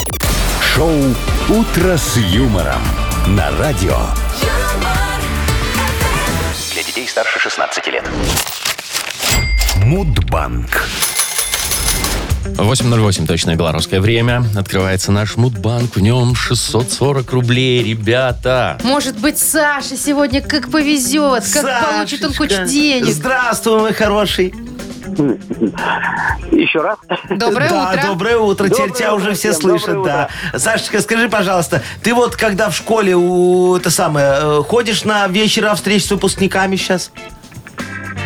Speaker 1: Шоу Утро с юмором на радио.
Speaker 6: Для детей старше 16 лет.
Speaker 1: Мудбанк.
Speaker 2: 8.08 точное белорусское время. Открывается наш мудбанк. В нем 640 рублей, ребята.
Speaker 3: Может быть, Саша сегодня как повезет, как получит он
Speaker 4: Сашечка,
Speaker 3: кучу денег.
Speaker 4: Здравствуй, мой хороший.
Speaker 5: Еще раз.
Speaker 3: Доброе
Speaker 4: да,
Speaker 3: утро.
Speaker 4: доброе утро. Теперь
Speaker 5: Доброе
Speaker 4: тебя
Speaker 5: утро
Speaker 4: уже все
Speaker 5: всем,
Speaker 4: слышат,
Speaker 5: доброе
Speaker 4: да. Сашечка, скажи, пожалуйста, ты вот когда в школе у это самое э, ходишь на вечера встреч с выпускниками сейчас?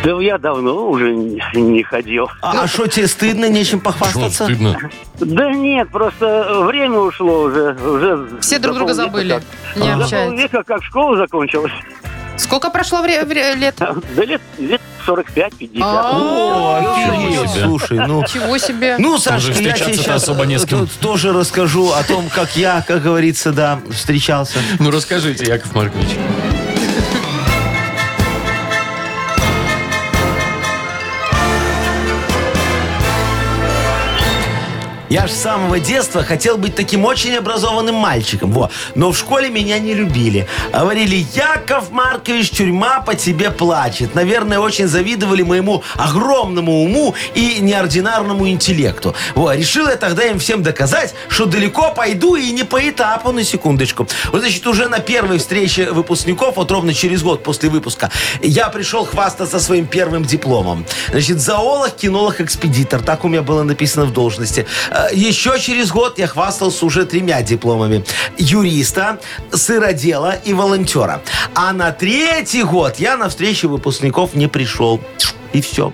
Speaker 8: Да я давно уже не не ходил.
Speaker 3: Ну.
Speaker 4: А что, тебе стыдно, нечем
Speaker 2: Что,
Speaker 4: похвастаться?
Speaker 2: стыдно?
Speaker 8: Да нет, просто время ушло уже. уже
Speaker 3: Все друг друга
Speaker 8: за полвека
Speaker 3: забыли.
Speaker 8: как-
Speaker 3: Не
Speaker 8: За
Speaker 3: общаются.
Speaker 8: полвека как школа закончилась.
Speaker 3: Сколько прошло вре- вре- лет?
Speaker 8: Да лет, лет
Speaker 3: А?
Speaker 8: 45-50.
Speaker 4: О,
Speaker 2: Ничего
Speaker 4: офигеть,
Speaker 2: себе.
Speaker 4: слушай, ну...
Speaker 3: Чего себе.
Speaker 4: Ну, Сашка, я
Speaker 2: встречаться-то
Speaker 4: тебе сейчас
Speaker 2: особо не с кем.
Speaker 4: тоже расскажу о том, как я, как говорится, да, встречался.
Speaker 2: Ну расскажите, Яков Маркович.
Speaker 4: Я же с самого детства хотел быть таким очень образованным мальчиком. Во. Но в школе меня не любили. Говорили, Яков Маркович, тюрьма по тебе плачет. Наверное, очень завидовали моему огромному уму и неординарному интеллекту. Во. Решил я тогда им всем доказать, что далеко пойду и не по этапу, на секундочку. Вот, значит, уже на первой встрече выпускников, вот ровно через год после выпуска, я пришел хвастаться своим первым дипломом. Значит, зоолог, кинолог, экспедитор. Так у меня было написано в должности. Э, Еще через год я хвастался уже тремя дипломами. Юриста, сыродела и волонтера. А на третий год я на встречу выпускников не пришел. И все.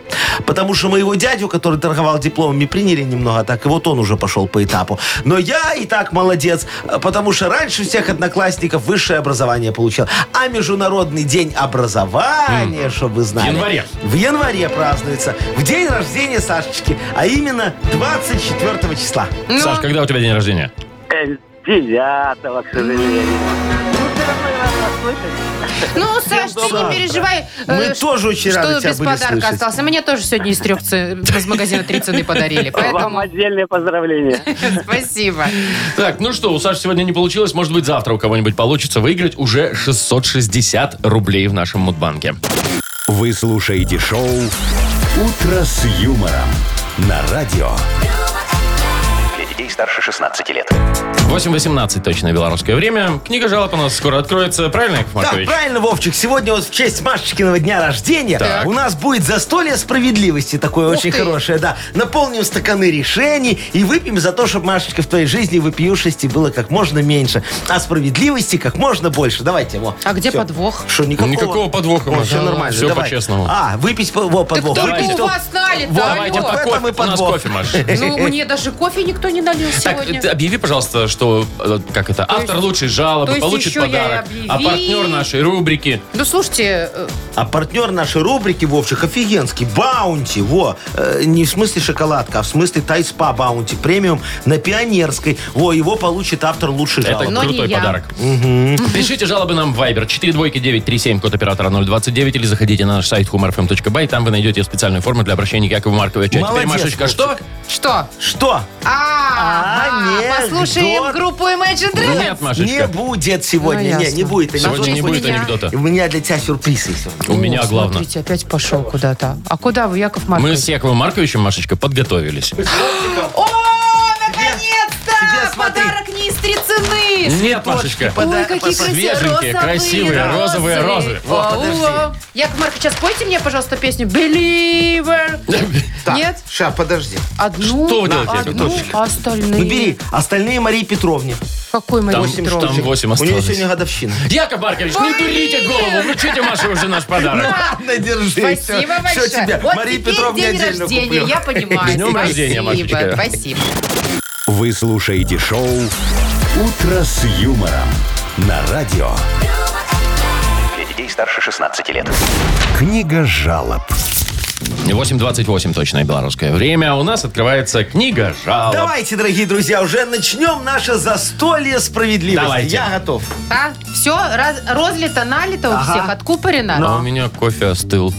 Speaker 4: Потому что моего дядю, который торговал дипломами, приняли немного так. И вот он уже пошел по этапу. Но я и так молодец, э, потому что раньше всех одноклассников высшее образование получил. А Международный день образования, чтобы вы знали.
Speaker 2: В январе.
Speaker 4: В январе празднуется. В день рождения Сашечки. А именно 24 числа.
Speaker 3: Ну,
Speaker 2: Саш, когда у тебя день рождения?
Speaker 8: Э, Девятого, к сожалению. Ну, все равно я рад слышать.
Speaker 3: ну, Саш, ты не
Speaker 4: доброго.
Speaker 3: переживай. э,
Speaker 4: Мы
Speaker 3: ш-
Speaker 4: тоже очень рады
Speaker 3: что
Speaker 4: тебя
Speaker 3: без
Speaker 4: были
Speaker 3: подарка
Speaker 4: слышать.
Speaker 3: остался. Мне тоже сегодня из трех ц- из магазина три цены подарили.
Speaker 8: Вам
Speaker 3: Поэтому
Speaker 8: отдельные поздравления.
Speaker 3: спасибо.
Speaker 2: Так, ну что, у Саши сегодня не получилось. Может быть, завтра у кого-нибудь получится выиграть уже 660 рублей в нашем Мудбанке.
Speaker 1: Вы слушаете шоу «Утро с юмором» на радио.
Speaker 6: Для детей старше 16 лет.
Speaker 2: 8.18 точное белорусское время. Книга жалоб у нас скоро откроется. Правильно, Яков
Speaker 4: Да,
Speaker 2: Маркович?
Speaker 4: правильно, Вовчик. Сегодня вот в честь Машечкиного дня рождения
Speaker 2: Так.
Speaker 4: у нас будет застолье справедливости такое
Speaker 3: Ух
Speaker 4: очень
Speaker 3: ты.
Speaker 4: хорошее, да. Наполним стаканы решений и выпьем за то, чтобы Машечка в твоей жизни выпившести было как можно меньше, а справедливости как можно больше. Давайте, во.
Speaker 3: А где
Speaker 4: Всё.
Speaker 3: подвох?
Speaker 4: Что, никакого?
Speaker 2: Никакого подвоха, Маша.
Speaker 4: все нормально,
Speaker 2: Всё
Speaker 4: давай.
Speaker 2: по-честному.
Speaker 4: А, выпить по- во,
Speaker 3: Так
Speaker 4: подвох.
Speaker 3: только
Speaker 2: Давайте.
Speaker 3: у вас налито.
Speaker 2: Давайте
Speaker 3: алло.
Speaker 2: по
Speaker 4: в
Speaker 2: кофе.
Speaker 4: этом и
Speaker 2: У нас
Speaker 4: подвох.
Speaker 2: кофе, Маш.
Speaker 3: Ну, мне даже кофе никто не налил
Speaker 2: Так,
Speaker 3: сегодня.
Speaker 2: ты объяви, пожалуйста, что, э, как это, автор лучшей
Speaker 3: то
Speaker 2: жалобы
Speaker 3: есть
Speaker 2: получит
Speaker 3: еще я и
Speaker 2: подарок, а
Speaker 3: объяви.
Speaker 2: партнер нашей рубрики
Speaker 3: Ну, слушайте, э,
Speaker 4: А партнер нашей рубрики, Вовчик, офигенский. Баунти. Во. Э, не в смысле шоколадка, а в смысле тайспа Баунти. Премиум на Пионерской. Во, его получит автор лучшей
Speaker 2: это
Speaker 4: жалобы.
Speaker 3: Но не
Speaker 2: крутой
Speaker 3: я.
Speaker 2: подарок. Пишите жалобы нам в Viber 42937, код оператора 029, или заходите на наш сайт humorfm.by, там вы найдете специальную форму для обращения к Якову Марковичу. А теперь,
Speaker 4: Молодец,
Speaker 2: Машечка,
Speaker 4: Вовчик.
Speaker 2: что?
Speaker 3: что?
Speaker 4: Что?
Speaker 3: А,
Speaker 4: А,
Speaker 3: а,
Speaker 4: нет,
Speaker 3: послушаем
Speaker 4: кто-
Speaker 3: группу Imagine Dragons.
Speaker 2: Нет, Машечка.
Speaker 4: Не будет сегодня.
Speaker 3: Ну,
Speaker 4: не,
Speaker 3: ясно.
Speaker 4: не будет.
Speaker 2: Сегодня
Speaker 4: анекдота.
Speaker 2: не будет
Speaker 3: меня-
Speaker 2: анекдота.
Speaker 4: У меня для тебя сюрприз есть.
Speaker 2: У меня
Speaker 3: О,
Speaker 2: главное.
Speaker 3: Смотрите, опять пошел куда-то. А куда вы, Яков
Speaker 2: Мы
Speaker 3: Маркович?
Speaker 2: с Яковом Марковичем, Машечка, подготовились.
Speaker 3: О, наконец-то!
Speaker 4: тебе смотри.
Speaker 3: Подарок не из три цены!
Speaker 2: Нет, Машечка.
Speaker 3: Ой, какие красивые,
Speaker 2: Свеженькие,
Speaker 3: розовые,
Speaker 2: красивые, розовые розы.
Speaker 4: Вот, подожди.
Speaker 3: Ау. Яков Маркович, а спойте мне, пожалуйста, песню «Believer». Нет?
Speaker 4: Ща, подожди.
Speaker 3: Одну,
Speaker 2: Что вы делаете, Яков
Speaker 3: одну,
Speaker 2: Маркович?
Speaker 3: а остальные...
Speaker 4: Ну бери. Остальные Марии Петровне.
Speaker 3: Какой
Speaker 2: Там,
Speaker 3: Мария Петровна?
Speaker 2: там 8
Speaker 4: У нее
Speaker 2: осталось.
Speaker 4: сегодня годовщина.
Speaker 2: Яков Маркович, не дурите голову, вручите Маше уже наш подарок.
Speaker 4: Ладно, держи. Всё,
Speaker 3: Спасибо большое.
Speaker 4: всё тебе.
Speaker 3: Вот
Speaker 4: Марии
Speaker 3: теперь
Speaker 4: Петровне
Speaker 3: день
Speaker 4: отдельно
Speaker 3: рождения,
Speaker 4: куплю.
Speaker 3: я понимаю.
Speaker 2: С днем рождения, Машечка.
Speaker 3: Спасибо, спасибо.
Speaker 1: Вы слушаете шоу «Утро с юмором» на радио.
Speaker 6: Для детей старше 16 лет.
Speaker 1: Книга жалоб.
Speaker 2: 8.28 точное белорусское время. У нас открывается книга жалоб.
Speaker 4: Давайте, дорогие друзья, уже начнем наше застолье справедливости.
Speaker 2: Давайте.
Speaker 4: Я готов.
Speaker 3: А, все, раз- розлито, налито у
Speaker 4: Ага.
Speaker 3: всех, откупорено.
Speaker 2: А у меня кофе остыл.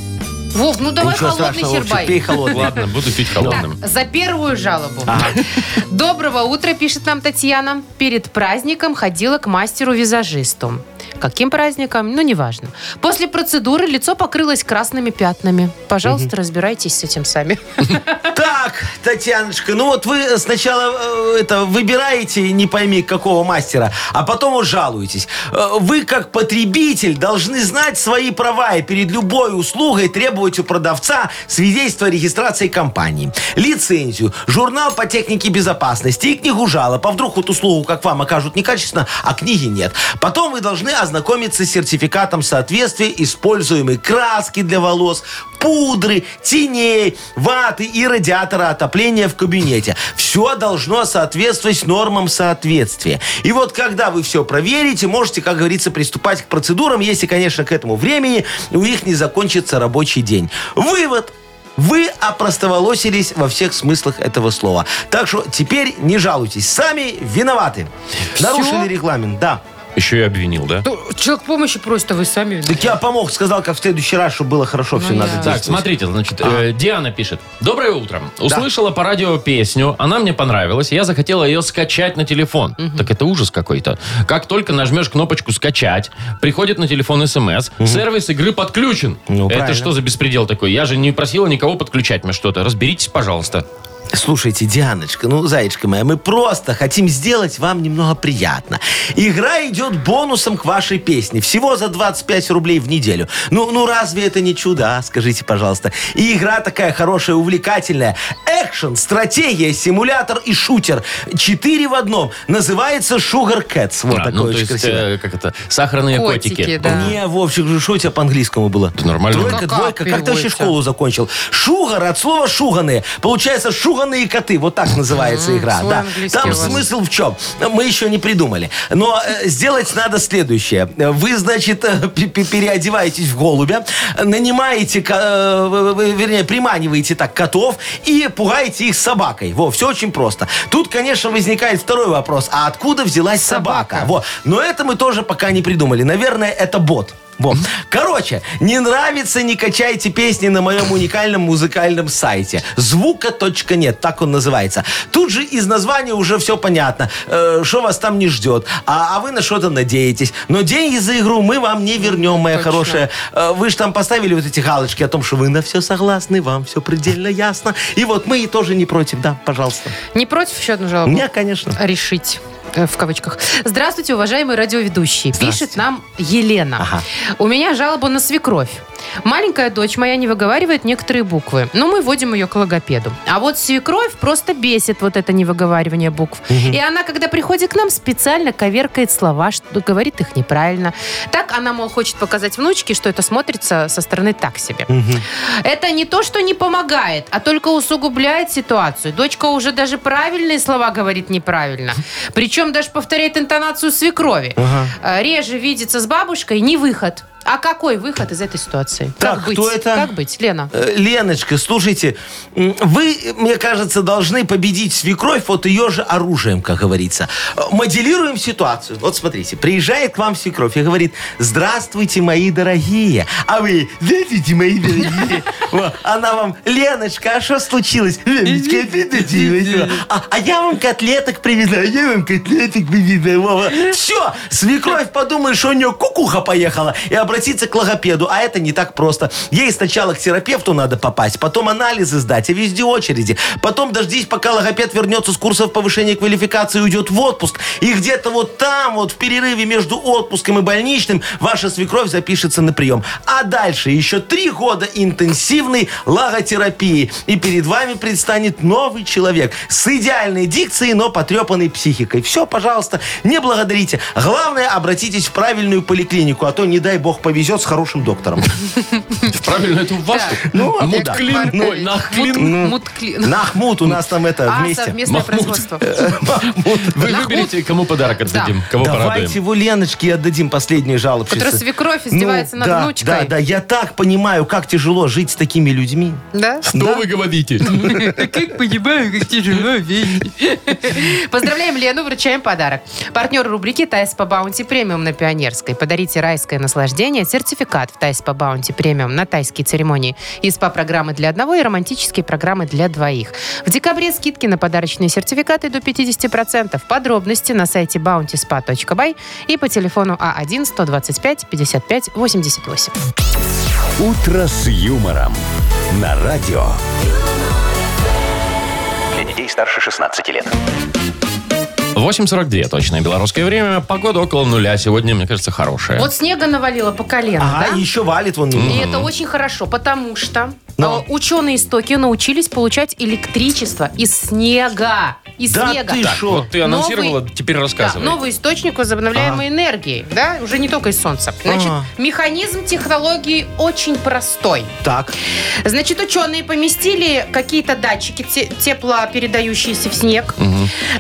Speaker 3: Вов, ну давай
Speaker 4: Ничего
Speaker 3: холодный
Speaker 4: страшного, Вовчик,
Speaker 3: сербай.
Speaker 4: пей холодный.
Speaker 2: Ладно, буду пить
Speaker 3: Так,
Speaker 2: холодным.
Speaker 3: за первую жалобу. Доброго утра, пишет нам Татьяна. Перед праздником ходила к мастеру-визажисту. Каким праздником? Ну, неважно. После процедуры лицо покрылось красными пятнами. Пожалуйста, разбирайтесь с этим сами.
Speaker 4: Так, Татьяночка, ну вот вы сначала э, это выбираете, не пойми какого мастера, а потом вот жалуетесь. Э, Вы как потребитель должны знать свои права и перед любой услугой требовать у продавца свидетельство о регистрации компании, лицензию, журнал по технике безопасности и книгу жалоб. А вдруг вот услугу, как вам, окажут некачественно, а книги нет. Потом вы должны ознакомиться с сертификатом соответствия используемой краски для волос, пудры, теней, ваты и радиатора отопления в кабинете. Все должно соответствовать нормам соответствия. И вот когда вы все проверите, можете, как говорится, приступать к процедурам, если, конечно, к этому времени у них не закончится рабочий день. Вывод. Вы опростоволосились во всех смыслах этого слова. Так что теперь не жалуйтесь. Сами виноваты. Нарушили регламент, да.
Speaker 2: Еще и обвинил, да?
Speaker 3: Ну, Человек помощи просто вы сами.
Speaker 4: Так я помог, сказал, как в следующий раз, чтобы было хорошо, все
Speaker 3: Ну,
Speaker 4: надо
Speaker 3: я-
Speaker 4: делать.
Speaker 2: Так, смотрите, значит,
Speaker 4: А.
Speaker 2: э, Диана пишет. Доброе утро. Услышала по радио песню, она мне понравилась, я захотела ее скачать на телефон. Так это ужас какой-то. Как только нажмешь кнопочку «Скачать», приходит на телефон СМС, сервис игры подключен.
Speaker 4: Ну,
Speaker 2: это
Speaker 4: правильно.
Speaker 2: что за беспредел такой? Я же не просила никого подключать мне что-то. Разберитесь, пожалуйста.
Speaker 4: Слушайте, Дианочка, ну, зайчка моя, мы просто хотим сделать вам немного приятно. Игра идет бонусом к вашей песне. Всего за 25 рублей в неделю. Ну, ну разве это не чудо, а? Скажите, пожалуйста. И игра такая хорошая, увлекательная. Экшен, стратегия, симулятор и шутер. Четыре в одном. Называется Sugar Cats. Вот
Speaker 2: А,
Speaker 4: такое
Speaker 2: ну, то
Speaker 4: очень
Speaker 2: есть,
Speaker 4: красивое.
Speaker 2: э, как это, сахарные котики.
Speaker 3: Котики, да.
Speaker 4: Не, Вовчик, же, что у тебя по-английскому было?
Speaker 2: Да нормально.
Speaker 4: Тройка,
Speaker 3: Ну, как
Speaker 4: двойка. Как ты вообще
Speaker 3: переводится?
Speaker 4: школу закончил? Шугар от слова шуганые. Получается, шуганые коты. Вот так называется игра.
Speaker 3: свой
Speaker 4: да.
Speaker 3: английский у
Speaker 4: Там
Speaker 3: вас.
Speaker 4: смысл в чем? Мы еще не придумали. Но э, сделать надо следующее. Вы, значит, э, пе- пе- переодеваетесь в голубя, нанимаете, ко- э, вы- вы- вернее, приманиваете так котов и пугаете их собакой. Во, все очень просто. Тут, конечно, возникает второй вопрос. А откуда взялась собака?
Speaker 3: Собака.
Speaker 4: Во, но это мы тоже пока не придумали. Наверное, это бот. Во. Короче, не нравится, не качайте песни на моем уникальном музыкальном сайте. Звука.нет, так он называется. Тут же из названия уже все понятно, Э, что вас там не ждет, а, а вы на что-то надеетесь. Но деньги за игру мы вам не вернем, моя
Speaker 3: Точно.
Speaker 4: хорошая. Э, Вы же там поставили вот эти галочки о том, что вы на все согласны, вам все предельно ясно. И вот мы и тоже не против, да, пожалуйста.
Speaker 3: Не против еще одну жалобу?
Speaker 4: Мне, конечно.
Speaker 3: решить э, в кавычках. Здравствуйте, уважаемый радиоведущий. Пишет нам Елена.
Speaker 4: Ага.
Speaker 3: У меня жалоба на свекровь. Маленькая дочь моя не выговаривает некоторые буквы, но мы водим ее к логопеду. А вот свекровь просто бесит вот это невыговаривание букв. И она, когда приходит к нам, специально коверкает слова, что говорит их неправильно. Так она, мол, хочет показать внучке, что это смотрится со стороны так себе. Это не то, что не помогает, а только усугубляет ситуацию. Дочка уже даже правильные слова говорит неправильно. Причем даже повторяет интонацию свекрови. Э, Реже видеться с бабушкой не выход. А какой выход из этой ситуации?
Speaker 4: Так,
Speaker 3: как быть?
Speaker 4: кто это?
Speaker 3: Как быть, Лена?
Speaker 4: Э, Леночка, слушайте, м, вы, мне кажется, должны победить свекровь вот ее же оружием, как говорится. Э, Моделируем ситуацию. Вот смотрите, приезжает к вам свекровь и говорит, здравствуйте, мои дорогие. А вы, здравствуйте, мои дорогие. Во, Она вам, Леночка, а что случилось? Леночка, обидно тебе. А а я вам котлеток привезла, а я вам котлеток привезла. Все, свекровь подумает, что у нее кукуха поехала и обратиться к логопеду. А это не так просто. Ей сначала к терапевту надо попасть, потом анализы сдать, а везде очереди. Потом дождись, пока логопед вернется с курсов повышения квалификации и уйдет в отпуск. И где-то вот там, вот в перерыве между отпуском и больничным, ваша свекровь запишется на прием. А дальше еще три года интенсивной логотерапии. И перед вами предстанет новый человек с идеальной дикцией, но потрепанной психикой. Все, пожалуйста, не благодарите. Главное, обратитесь в правильную поликлинику, а то, не дай бог, повезет с хорошим доктором.
Speaker 2: Правильно, это у вас
Speaker 3: Так.
Speaker 2: тут?
Speaker 4: Ну, а куда?
Speaker 2: Мутклин. Ой, нахклин.
Speaker 3: Мут- муткли-
Speaker 4: Нахмут у нас там это
Speaker 3: Ну. А,
Speaker 4: вместе. Э,
Speaker 3: совместное
Speaker 2: Махмуд.
Speaker 3: производство.
Speaker 2: Вы
Speaker 3: Нахмут.
Speaker 2: выберите, кому подарок отдадим, кого
Speaker 4: Давайте
Speaker 2: порадуем.
Speaker 4: его Леночке отдадим последнюю жалобу.
Speaker 3: Которая свекровь издевается над
Speaker 4: Ну, да,
Speaker 3: внучкой.
Speaker 4: Да, да, я так понимаю, как тяжело жить с такими людьми.
Speaker 3: Да?
Speaker 2: Что вы говорите?
Speaker 3: Как понимаю, как тяжело Поздравляем Лену, вручаем подарок. Партнер рубрики «Тайс по баунти премиум» на Пионерской. Подарите райское наслаждение, сертификат в «Тайс по баунти премиум» на тайские церемонии и СПА-программы для одного и романтические программы для двоих. В декабре скидки на подарочные сертификаты до 50%. Подробности на сайте bountyspa.by и по телефону А А1-125-55-88.
Speaker 1: «Утро с юмором» на радио.
Speaker 6: Для детей старше 16 лет.
Speaker 2: 8.42 точное белорусское время. Погода около нуля. Сегодня, мне кажется, хорошая.
Speaker 3: Вот снега навалило по колено,
Speaker 4: Ага,
Speaker 3: да?
Speaker 4: и еще валит вон немного.
Speaker 3: И это очень хорошо, потому что
Speaker 4: Но.
Speaker 3: э, ученые из Токио научились получать электричество из снега. Из
Speaker 4: Да
Speaker 3: снега.
Speaker 4: ты
Speaker 2: Так,
Speaker 4: шо?
Speaker 2: вот ты анонсировала,
Speaker 3: Новый-
Speaker 2: теперь
Speaker 3: Да,
Speaker 2: рассказывай.
Speaker 3: новый источник
Speaker 4: А.
Speaker 3: возобновляемой энергии, да, уже не только из солнца. Значит,
Speaker 4: Ага.
Speaker 3: механизм технологии очень простой.
Speaker 4: Так,
Speaker 3: Значит, ученые поместили какие-то датчики те- теплопередающиеся в снег.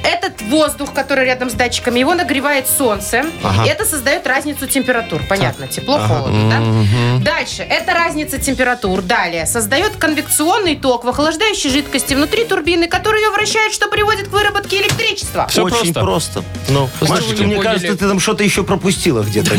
Speaker 3: Этот воздух, который рядом с датчиками, его нагревает солнце.
Speaker 4: Ага.
Speaker 3: И это создает разницу температур. Понятно, тепло, холодно, да? Дальше. Это разница температур. Далее. Создает конвекционный ток в охлаждающей жидкости внутри турбины, который ее вращает, что приводит к выработки электричества?
Speaker 2: Всё
Speaker 4: Очень просто. Ну,
Speaker 2: вы не
Speaker 4: Машечка, мне
Speaker 2: поняли?
Speaker 4: кажется, ты там что-то еще пропустила где-то.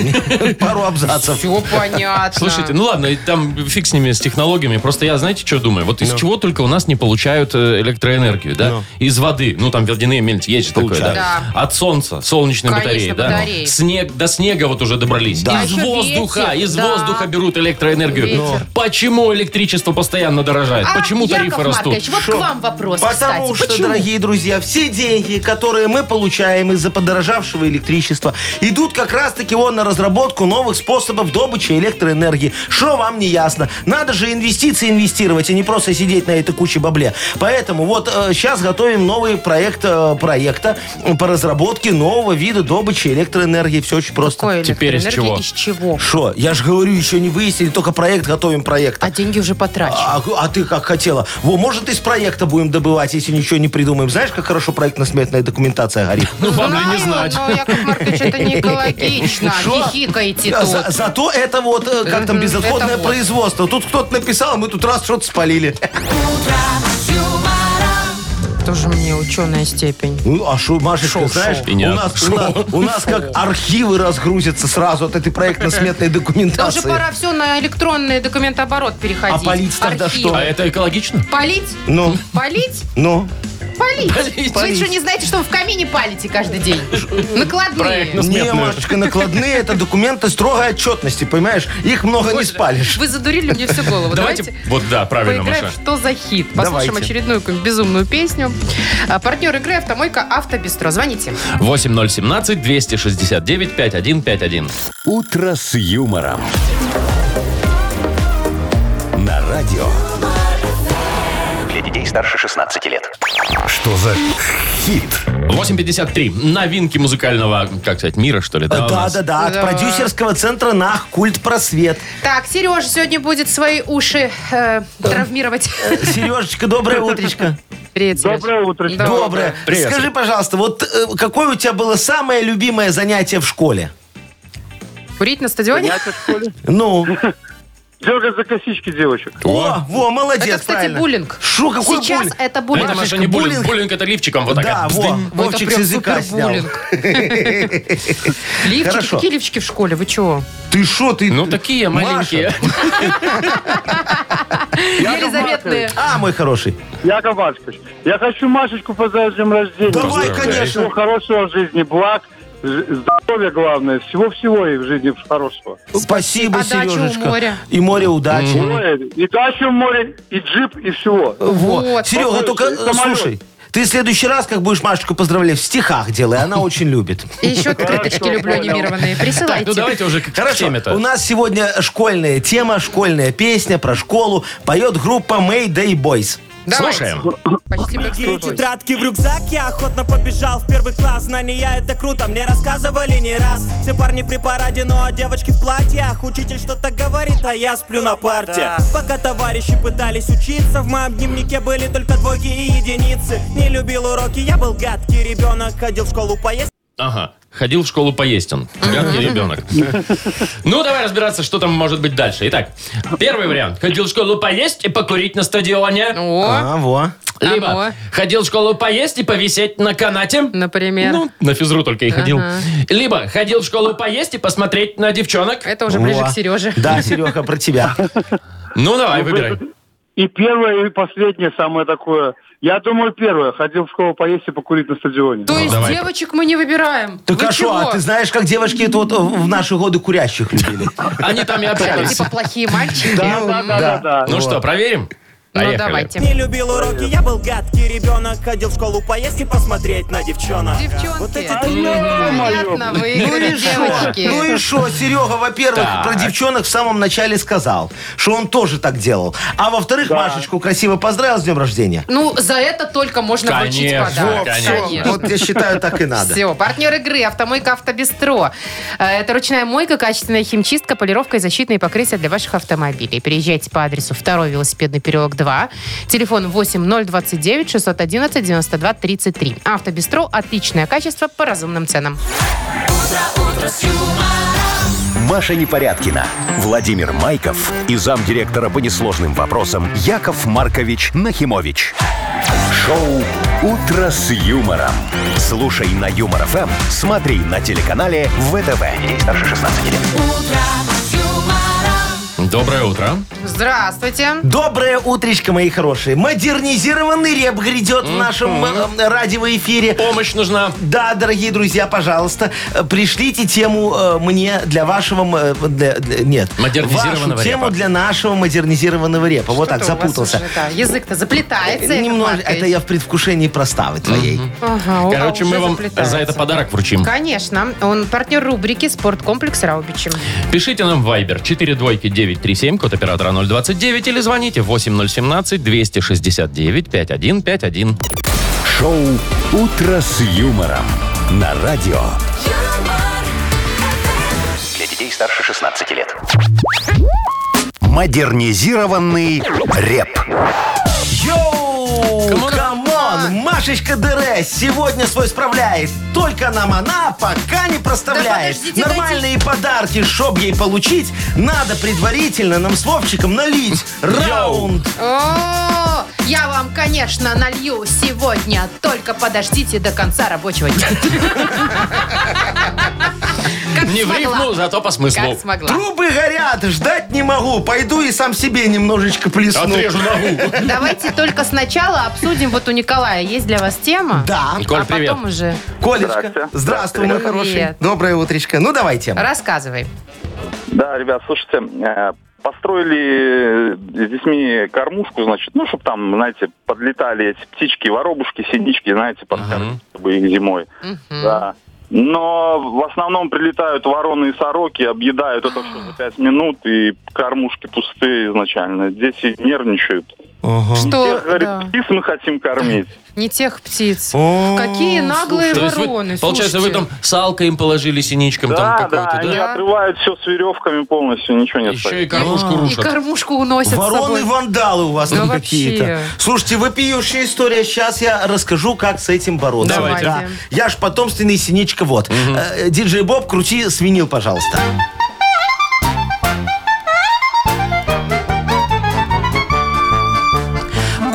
Speaker 4: Пару абзацев.
Speaker 3: Все понятно.
Speaker 2: Слушайте, ну ладно, и там фиг с ними, с технологиями. Просто я, знаете, что думаю? Вот из
Speaker 3: Ну.
Speaker 2: чего только у нас не получают э, электроэнергию, да? Из воды. Ну, там водяные мельницы, есть же такое, да?
Speaker 4: Получают.
Speaker 2: От солнца, солнечные
Speaker 3: Конечно,
Speaker 2: батареи, да?
Speaker 3: батареи.
Speaker 2: Снег, до снега вот уже добрались.
Speaker 3: Да.
Speaker 2: Из
Speaker 3: А еще
Speaker 2: воздуха,
Speaker 3: ветер,
Speaker 2: из
Speaker 3: да.
Speaker 2: воздуха берут электроэнергию.
Speaker 3: Ветер.
Speaker 2: Почему электричество постоянно дорожает?
Speaker 3: А,
Speaker 2: Почему
Speaker 3: Яков
Speaker 2: тарифы растут?
Speaker 3: Маркович, вот к вам вопрос,
Speaker 4: Потому
Speaker 3: кстати.
Speaker 4: что,
Speaker 3: Почему?
Speaker 4: дорогие друзья, все деньги, которые мы получаем из-за подорожавшего электричества, идут как раз-таки вон на разработку новых способов добычи электроэнергии. Что вам не ясно? Надо же инвестиции инвестировать, а не просто сидеть на этой куче бабле. Поэтому вот э, сейчас готовим новый проект э, проекта по разработке нового вида добычи электроэнергии. Все очень просто.
Speaker 3: Какой
Speaker 2: Теперь из
Speaker 3: электроэнергия
Speaker 2: чего?
Speaker 3: Из чего?
Speaker 4: Что? Я же говорю, еще не выяснили, только проект готовим проект.
Speaker 3: А деньги уже потрачены.
Speaker 4: А, а ты как хотела. Во, может, из проекта будем добывать, если ничего не придумаем. Знаешь, как хорошо проектно-сметная документация горит?
Speaker 2: Ну, вам ли не
Speaker 3: Знаю,
Speaker 2: знать?
Speaker 3: но, Яков Маркович, это не экологично.
Speaker 4: Шо?
Speaker 3: Хихикаете
Speaker 4: А за-
Speaker 3: тут.
Speaker 4: зато это вот, э, как там,
Speaker 3: Мгм,
Speaker 4: безотходное
Speaker 3: это вот.
Speaker 4: производство. Тут кто-то написал, а мы тут раз что-то спалили.
Speaker 3: Тоже мне ученая степень.
Speaker 4: Ну, а что, Машечка, знаешь,
Speaker 2: И не
Speaker 4: у нас,
Speaker 2: шо.
Speaker 4: у нас- у нас как архивы разгрузятся сразу от этой проектно-сметной
Speaker 3: Да уже
Speaker 4: документации.
Speaker 3: пора все на электронный документооборот переходить.
Speaker 4: А палить тогда
Speaker 3: Архив.
Speaker 4: что?
Speaker 2: А это экологично?
Speaker 3: Палить?
Speaker 4: Ну,
Speaker 3: Палить?
Speaker 4: ну.
Speaker 3: Палить.
Speaker 2: Палить.
Speaker 3: Вы что, не знаете, что вы в камине палите каждый день? Накладные.
Speaker 4: Не,
Speaker 2: Сметную.
Speaker 4: Машечка, накладные это документы строгой отчетности, понимаешь? Их много не спалишь.
Speaker 3: Вы задурили мне всю голову.
Speaker 2: Давайте,
Speaker 3: Давайте
Speaker 2: вот да, правильно,
Speaker 3: Поиграем
Speaker 2: Маша.
Speaker 3: в «Что за хит?». Послушаем
Speaker 4: Давайте.
Speaker 3: очередную какую-нибудь безумную песню. А, Партнер игры «Автомойка Автобестро». Звоните.
Speaker 2: 8017 269 5151.
Speaker 1: «Утро с юмором». На радио.
Speaker 6: Для детей старше 16 лет.
Speaker 1: Что за хит?
Speaker 2: 8.53. Новинки музыкального, как сказать, мира, что ли, да? у
Speaker 4: Да,
Speaker 2: нас?
Speaker 4: да, да, от
Speaker 3: Да.
Speaker 4: продюсерского центра «Нах Культ Просвет».
Speaker 3: Так, Сережа сегодня будет свои уши э, травмировать.
Speaker 4: Сережечка, доброе утречко.
Speaker 3: Привет, Сереж.
Speaker 8: Доброе утречко.
Speaker 3: Да.
Speaker 4: Доброе.
Speaker 2: Привет.
Speaker 4: Скажи, пожалуйста, вот э, какое у тебя было самое любимое занятие в школе?
Speaker 3: Курить на стадионе?
Speaker 8: Понятно, что ли?
Speaker 4: Ну,
Speaker 8: Дергать за косички девочек.
Speaker 4: о, во, молодец,
Speaker 3: Это, кстати,
Speaker 4: правильно.
Speaker 3: буллинг.
Speaker 4: Шо, Ну, какой
Speaker 3: Сейчас
Speaker 4: буллинг?
Speaker 3: это буллинг.
Speaker 2: Это, Маша,
Speaker 4: Машечка,
Speaker 2: не буллинг.
Speaker 4: буллинг.
Speaker 2: Буллинг это лифчиком вот так. а,
Speaker 4: Да,
Speaker 2: вот.
Speaker 4: во,
Speaker 3: Ой, это
Speaker 4: Вовчик с
Speaker 3: прям
Speaker 4: языка снял.
Speaker 3: супербуллинг. Лифчики?
Speaker 4: Хорошо.
Speaker 3: Какие лифчики в школе? Вы чего?
Speaker 4: Ты что, ты...
Speaker 2: Ну, такие
Speaker 4: Маша.
Speaker 2: маленькие.
Speaker 3: Еле заметные.
Speaker 4: А, мой хороший.
Speaker 8: Яков Маркович, я хочу Машечку поздравить с днем рождения.
Speaker 2: Ну,
Speaker 4: Давай,
Speaker 8: Всего
Speaker 4: конечно.
Speaker 8: хорошего в жизни, благ, ж- здоровья главное, всего-всего и в жизни хорошего.
Speaker 4: Спасибо,
Speaker 3: А дача у
Speaker 4: Сережечка.
Speaker 3: моря.
Speaker 4: И море удачи.
Speaker 8: Море, Ну, И дача в море, и джип, и всего.
Speaker 4: Вот.
Speaker 3: Вот.
Speaker 4: Серега,
Speaker 8: Какой
Speaker 4: только э,
Speaker 8: самолет?
Speaker 4: слушай, ты в следующий раз, как будешь Машечку поздравлять, в стихах делай, она очень любит.
Speaker 3: И еще открыточки
Speaker 8: Хорошо,
Speaker 3: люблю
Speaker 8: понял.
Speaker 3: анимированные.
Speaker 2: Так, ну
Speaker 3: Присылайте.
Speaker 2: давайте уже к к
Speaker 4: Хорошо,
Speaker 2: теме-то.
Speaker 4: у нас сегодня школьная тема, школьная песня про школу. Поет группа Mayday Boys.
Speaker 3: Давайте.
Speaker 2: Слушаем.
Speaker 3: Почти
Speaker 9: Две
Speaker 3: Backstreet Boys.
Speaker 9: тетрадки в рюкзак, я охотно побежал в первый класс Знания это круто, мне рассказывали не раз Все парни при параде, но девочки в платьях Учитель что-то говорит, а я сплю на парте Пока товарищи пытались учиться В моем дневнике были только двойки и единицы Не любил уроки, я был гадкий ребенок Ходил в школу поесть
Speaker 2: Ага. Ходил в школу поесть он. Гадкий ребенок. Ну, давай разбираться, что там может быть дальше. Итак, первый вариант. Ходил в школу поесть и покурить на стадионе.
Speaker 3: О,
Speaker 4: А, во.
Speaker 2: Либо
Speaker 3: ого.
Speaker 2: ходил в школу поесть и повисеть на канате.
Speaker 3: например.
Speaker 2: Ну, на физру только и ходил.
Speaker 3: Ага.
Speaker 2: Либо ходил в школу поесть и посмотреть на девчонок.
Speaker 3: Это уже ближе
Speaker 4: Во.
Speaker 3: к Сереже.
Speaker 4: Да, Серега, про тебя.
Speaker 2: Ну, давай, выбирай.
Speaker 8: И первое, и последнее самое такое. Я думаю, первое. Ходил в школу поесть и покурить на стадионе.
Speaker 3: То есть
Speaker 2: давай.
Speaker 3: девочек мы не выбираем.
Speaker 4: Ты
Speaker 3: Вы
Speaker 4: хорошо, Ну, а
Speaker 3: чего?
Speaker 4: ты знаешь, как девочки это вот в наши годы курящих любили?
Speaker 2: Они там и
Speaker 3: Прям,
Speaker 2: общались.
Speaker 3: Типа плохие мальчики.
Speaker 8: Да-да-да.
Speaker 2: Ну что, проверим?
Speaker 3: Ну
Speaker 2: Поехали.
Speaker 3: давайте.
Speaker 9: Не любил уроки, я был гадкий ребенок Ходил в школу поесть и посмотреть на девчонок Вот эти
Speaker 3: Девчонки.
Speaker 9: три-
Speaker 3: Понятно, вы
Speaker 4: Ну и что?
Speaker 3: девочки.
Speaker 4: Ну и что, Серега, во-первых,
Speaker 2: Так.
Speaker 4: про девчонок в самом начале сказал, что он тоже так делал. А во-вторых, Машечку красиво поздравил с днем рождения.
Speaker 3: Ну, за это только можно вручить
Speaker 2: Конечно,
Speaker 3: подарок.
Speaker 2: конечно.
Speaker 4: Вот я считаю, так и надо.
Speaker 3: Все, партнер игры «Автомойка Автобестро». Э, Это ручная мойка, качественная химчистка, полировка и защитные покрытия для ваших автомобилей. Приезжайте по адресу 2 велосипедный переулок 2, телефон 8029 611 92 33. «Автобестро» – отличное качество по разумным ценам.
Speaker 1: Маша Непорядкина, Владимир Майков и замдиректора по несложным вопросам Яков Маркович Нахимович. Шоу «Утро с юмором». Слушай на Юмор ФМ, смотри на телеканале ВТВ. Ей старше 16 лет.
Speaker 2: Доброе утро.
Speaker 3: Здравствуйте.
Speaker 4: Доброе утречко, мои хорошие. Модернизированный реп грядет в нашем э, м, радиоэфире.
Speaker 2: Помощь нужна.
Speaker 4: Да, дорогие друзья, пожалуйста, э, пришлите тему э, мне для вашего... м, э, для- для- нет.
Speaker 2: Модернизированного
Speaker 4: Вашу тему
Speaker 2: репа.
Speaker 4: для нашего модернизированного репа. вот так,
Speaker 3: Что-то у вас
Speaker 4: запутался.
Speaker 3: уже, да, Язык-то заплетается. Яков
Speaker 4: Немножко,
Speaker 3: Маркович.
Speaker 4: Э, это я в предвкушении проставы твоей.
Speaker 3: Ага, у-
Speaker 2: Короче,
Speaker 3: а
Speaker 2: мы
Speaker 3: уже
Speaker 2: вам
Speaker 3: заплетается.
Speaker 2: за это подарок вручим.
Speaker 3: Конечно. Он партнер рубрики «Спорткомплекс Раубичи».
Speaker 2: Пишите нам в Viber 42937, код оператора 029, или звоните 8017-269-5151.
Speaker 1: Шоу «Утро с юмором» на радио.
Speaker 6: Для детей старше 16 лет.
Speaker 1: Модернизированный реп.
Speaker 4: Йоу!
Speaker 2: Камон.
Speaker 4: Камон! Машечка ДРС сегодня свой справляет. Только нам она пока не проставляет.
Speaker 3: Да подождите,
Speaker 4: Нормальные подарки, чтоб ей получить, надо предварительно нам с Вовчиком налить раунд.
Speaker 3: О, я вам, конечно, налью сегодня, только подождите до конца рабочего дня. Как
Speaker 2: Не в
Speaker 3: смогла.
Speaker 2: рифму, зато по смыслу.
Speaker 3: Как смогла.
Speaker 4: Трубы горят, ждать не могу. Пойду и сам себе немножечко плесну.
Speaker 2: Отрежу ногу.
Speaker 3: Давайте только сначала обсудим. Вот у Николая есть для вас тема.
Speaker 4: Да,
Speaker 2: Николь,
Speaker 3: а
Speaker 2: привет.
Speaker 3: потом уже
Speaker 4: Колечка, здравствуй, мой
Speaker 3: Привет.
Speaker 4: хороший. Доброе утречко. Ну, давайте.
Speaker 3: рассказывай.
Speaker 5: Да, ребят, слушайте, э, построили э, с детьми кормушку, значит, ну, чтобы там, знаете, подлетали эти птички, воробушки, синички, знаете, под корм, чтобы их зимой. Да. Но в основном прилетают вороны и сороки, объедают это все за пять минут, и кормушки пустые изначально. Дети нервничают.
Speaker 3: Что,
Speaker 5: Тех, говорит,
Speaker 3: да,
Speaker 5: птиц мы хотим кормить.
Speaker 3: не тех птиц.
Speaker 4: О,
Speaker 3: Какие наглые
Speaker 2: То есть вы-
Speaker 3: вороны.
Speaker 2: Получается, вы
Speaker 3: слушайте.
Speaker 2: там салкой им положили, синичком там
Speaker 5: Да, да,
Speaker 2: какой-то,
Speaker 5: они
Speaker 2: да?
Speaker 3: да?
Speaker 5: отрывают все с веревками полностью, ничего не остается.
Speaker 2: Еще и кормушку
Speaker 3: А, И
Speaker 2: рушат.
Speaker 3: кормушку уносят с собой.
Speaker 4: Вороны-вандалы у вас
Speaker 3: Да
Speaker 4: там
Speaker 3: вообще.
Speaker 4: какие-то. Слушайте, вопиющая история. Сейчас я расскажу, как с этим бороться.
Speaker 2: Давайте.
Speaker 4: Да. Я ж потомственный синичка вот. Э, Диджей Боб, крути свинил, пожалуйста.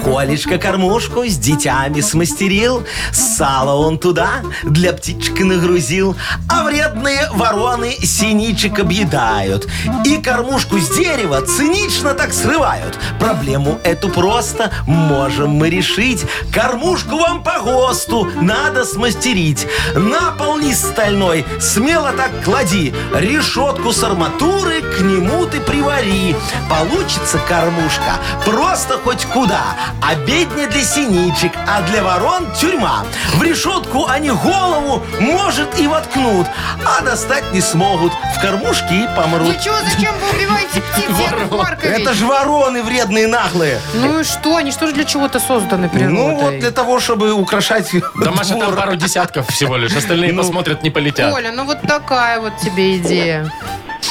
Speaker 4: Колечка кормушку с дитями смастерил, сало он туда для птички нагрузил, а вредные вороны синичек объедают. И кормушку с дерева цинично так срывают. Проблему эту просто можем мы решить. Кормушку вам по ГОСТу надо смастерить. На пол лист стальной смело так клади. Решетку с арматуры к нему ты привари. Получится кормушка просто хоть куда. Обедня для синичек, а для ворон тюрьма. В решетку они голову, может, и воткнут, а достать не смогут. В кормушке и
Speaker 3: Вы
Speaker 4: помрут.
Speaker 3: чего, зачем вы убиваете птиц, Яков Маркович?
Speaker 4: Это ж вороны вредные наглые.
Speaker 3: Ну и что? Они что же для чего-то созданы природой?
Speaker 4: Ну вот для того, чтобы украшать
Speaker 2: Да, Маша, там пару десятков всего лишь. Остальные
Speaker 3: Ну,
Speaker 2: посмотрят, не полетят.
Speaker 3: Коля, ну вот такая вот тебе идея.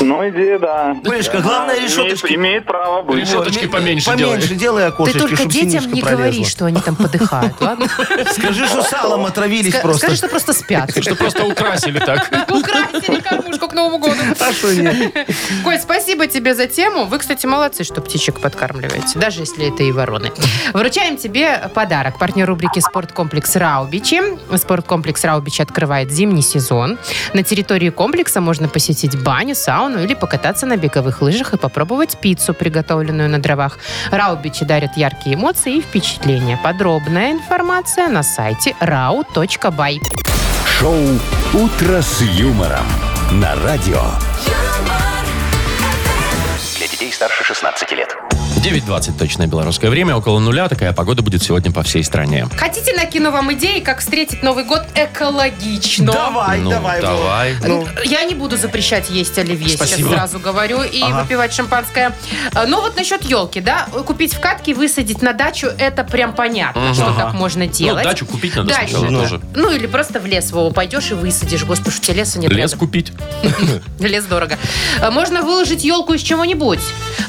Speaker 5: Ну, идея, да.
Speaker 4: Мышка, главное
Speaker 5: Да,
Speaker 4: решеточки.
Speaker 5: Имеет, имеет право быть.
Speaker 2: Решеточки поменьше
Speaker 4: Поменьше
Speaker 2: делай.
Speaker 4: делай
Speaker 3: Ты
Speaker 4: окошечки,
Speaker 3: только
Speaker 4: чтоб
Speaker 3: детям
Speaker 4: синичка
Speaker 3: не
Speaker 4: пролезла.
Speaker 3: говори, что они там подыхают, ладно?
Speaker 4: Скажи, что салом отравились
Speaker 3: Ска-
Speaker 4: просто.
Speaker 3: Скажи, что просто спят.
Speaker 2: Что просто украсили так.
Speaker 3: Украсили кормушку к Новому году.
Speaker 4: А что нет?
Speaker 3: Коль, спасибо тебе за тему. Вы, кстати, молодцы, что птичек подкармливаете, даже если это и вороны. Вручаем тебе подарок. Партнер рубрики «Спорткомплекс Раубичи». Спорткомплекс Раубичи открывает зимний сезон. На территории комплекса можно посетить баню, сауну или покататься на беговых лыжах и попробовать пиццу, приготовленную на дровах. Раубичи дарят яркие эмоции и впечатления. Подробная информация на сайте rau.by.
Speaker 1: Шоу «Утро с юмором» на радио.
Speaker 6: Для детей старше 16 лет.
Speaker 2: 9.20 точное белорусское время, около нуля. Такая погода будет сегодня по всей стране.
Speaker 3: Хотите, накину вам идеи, как встретить Новый год экологично?
Speaker 4: Давай,
Speaker 2: Ну,
Speaker 4: давай. Вова.
Speaker 2: давай.
Speaker 4: Ну.
Speaker 3: Я не буду запрещать есть оливье,
Speaker 2: Спасибо.
Speaker 3: сейчас сразу говорю, и выпивать шампанское. А, Ну вот насчет елки, да, купить в катке, высадить на дачу, это прям понятно, что так можно
Speaker 2: Ну,
Speaker 3: делать.
Speaker 2: дачу купить надо
Speaker 3: Дачу,
Speaker 2: сначала
Speaker 3: да.
Speaker 2: тоже.
Speaker 3: Ну или просто в лес его пойдешь и высадишь. Господи, у тебя леса нет
Speaker 2: Лес
Speaker 3: рядом.
Speaker 2: купить.
Speaker 3: Лес дорого. А Можно выложить елку из чего-нибудь.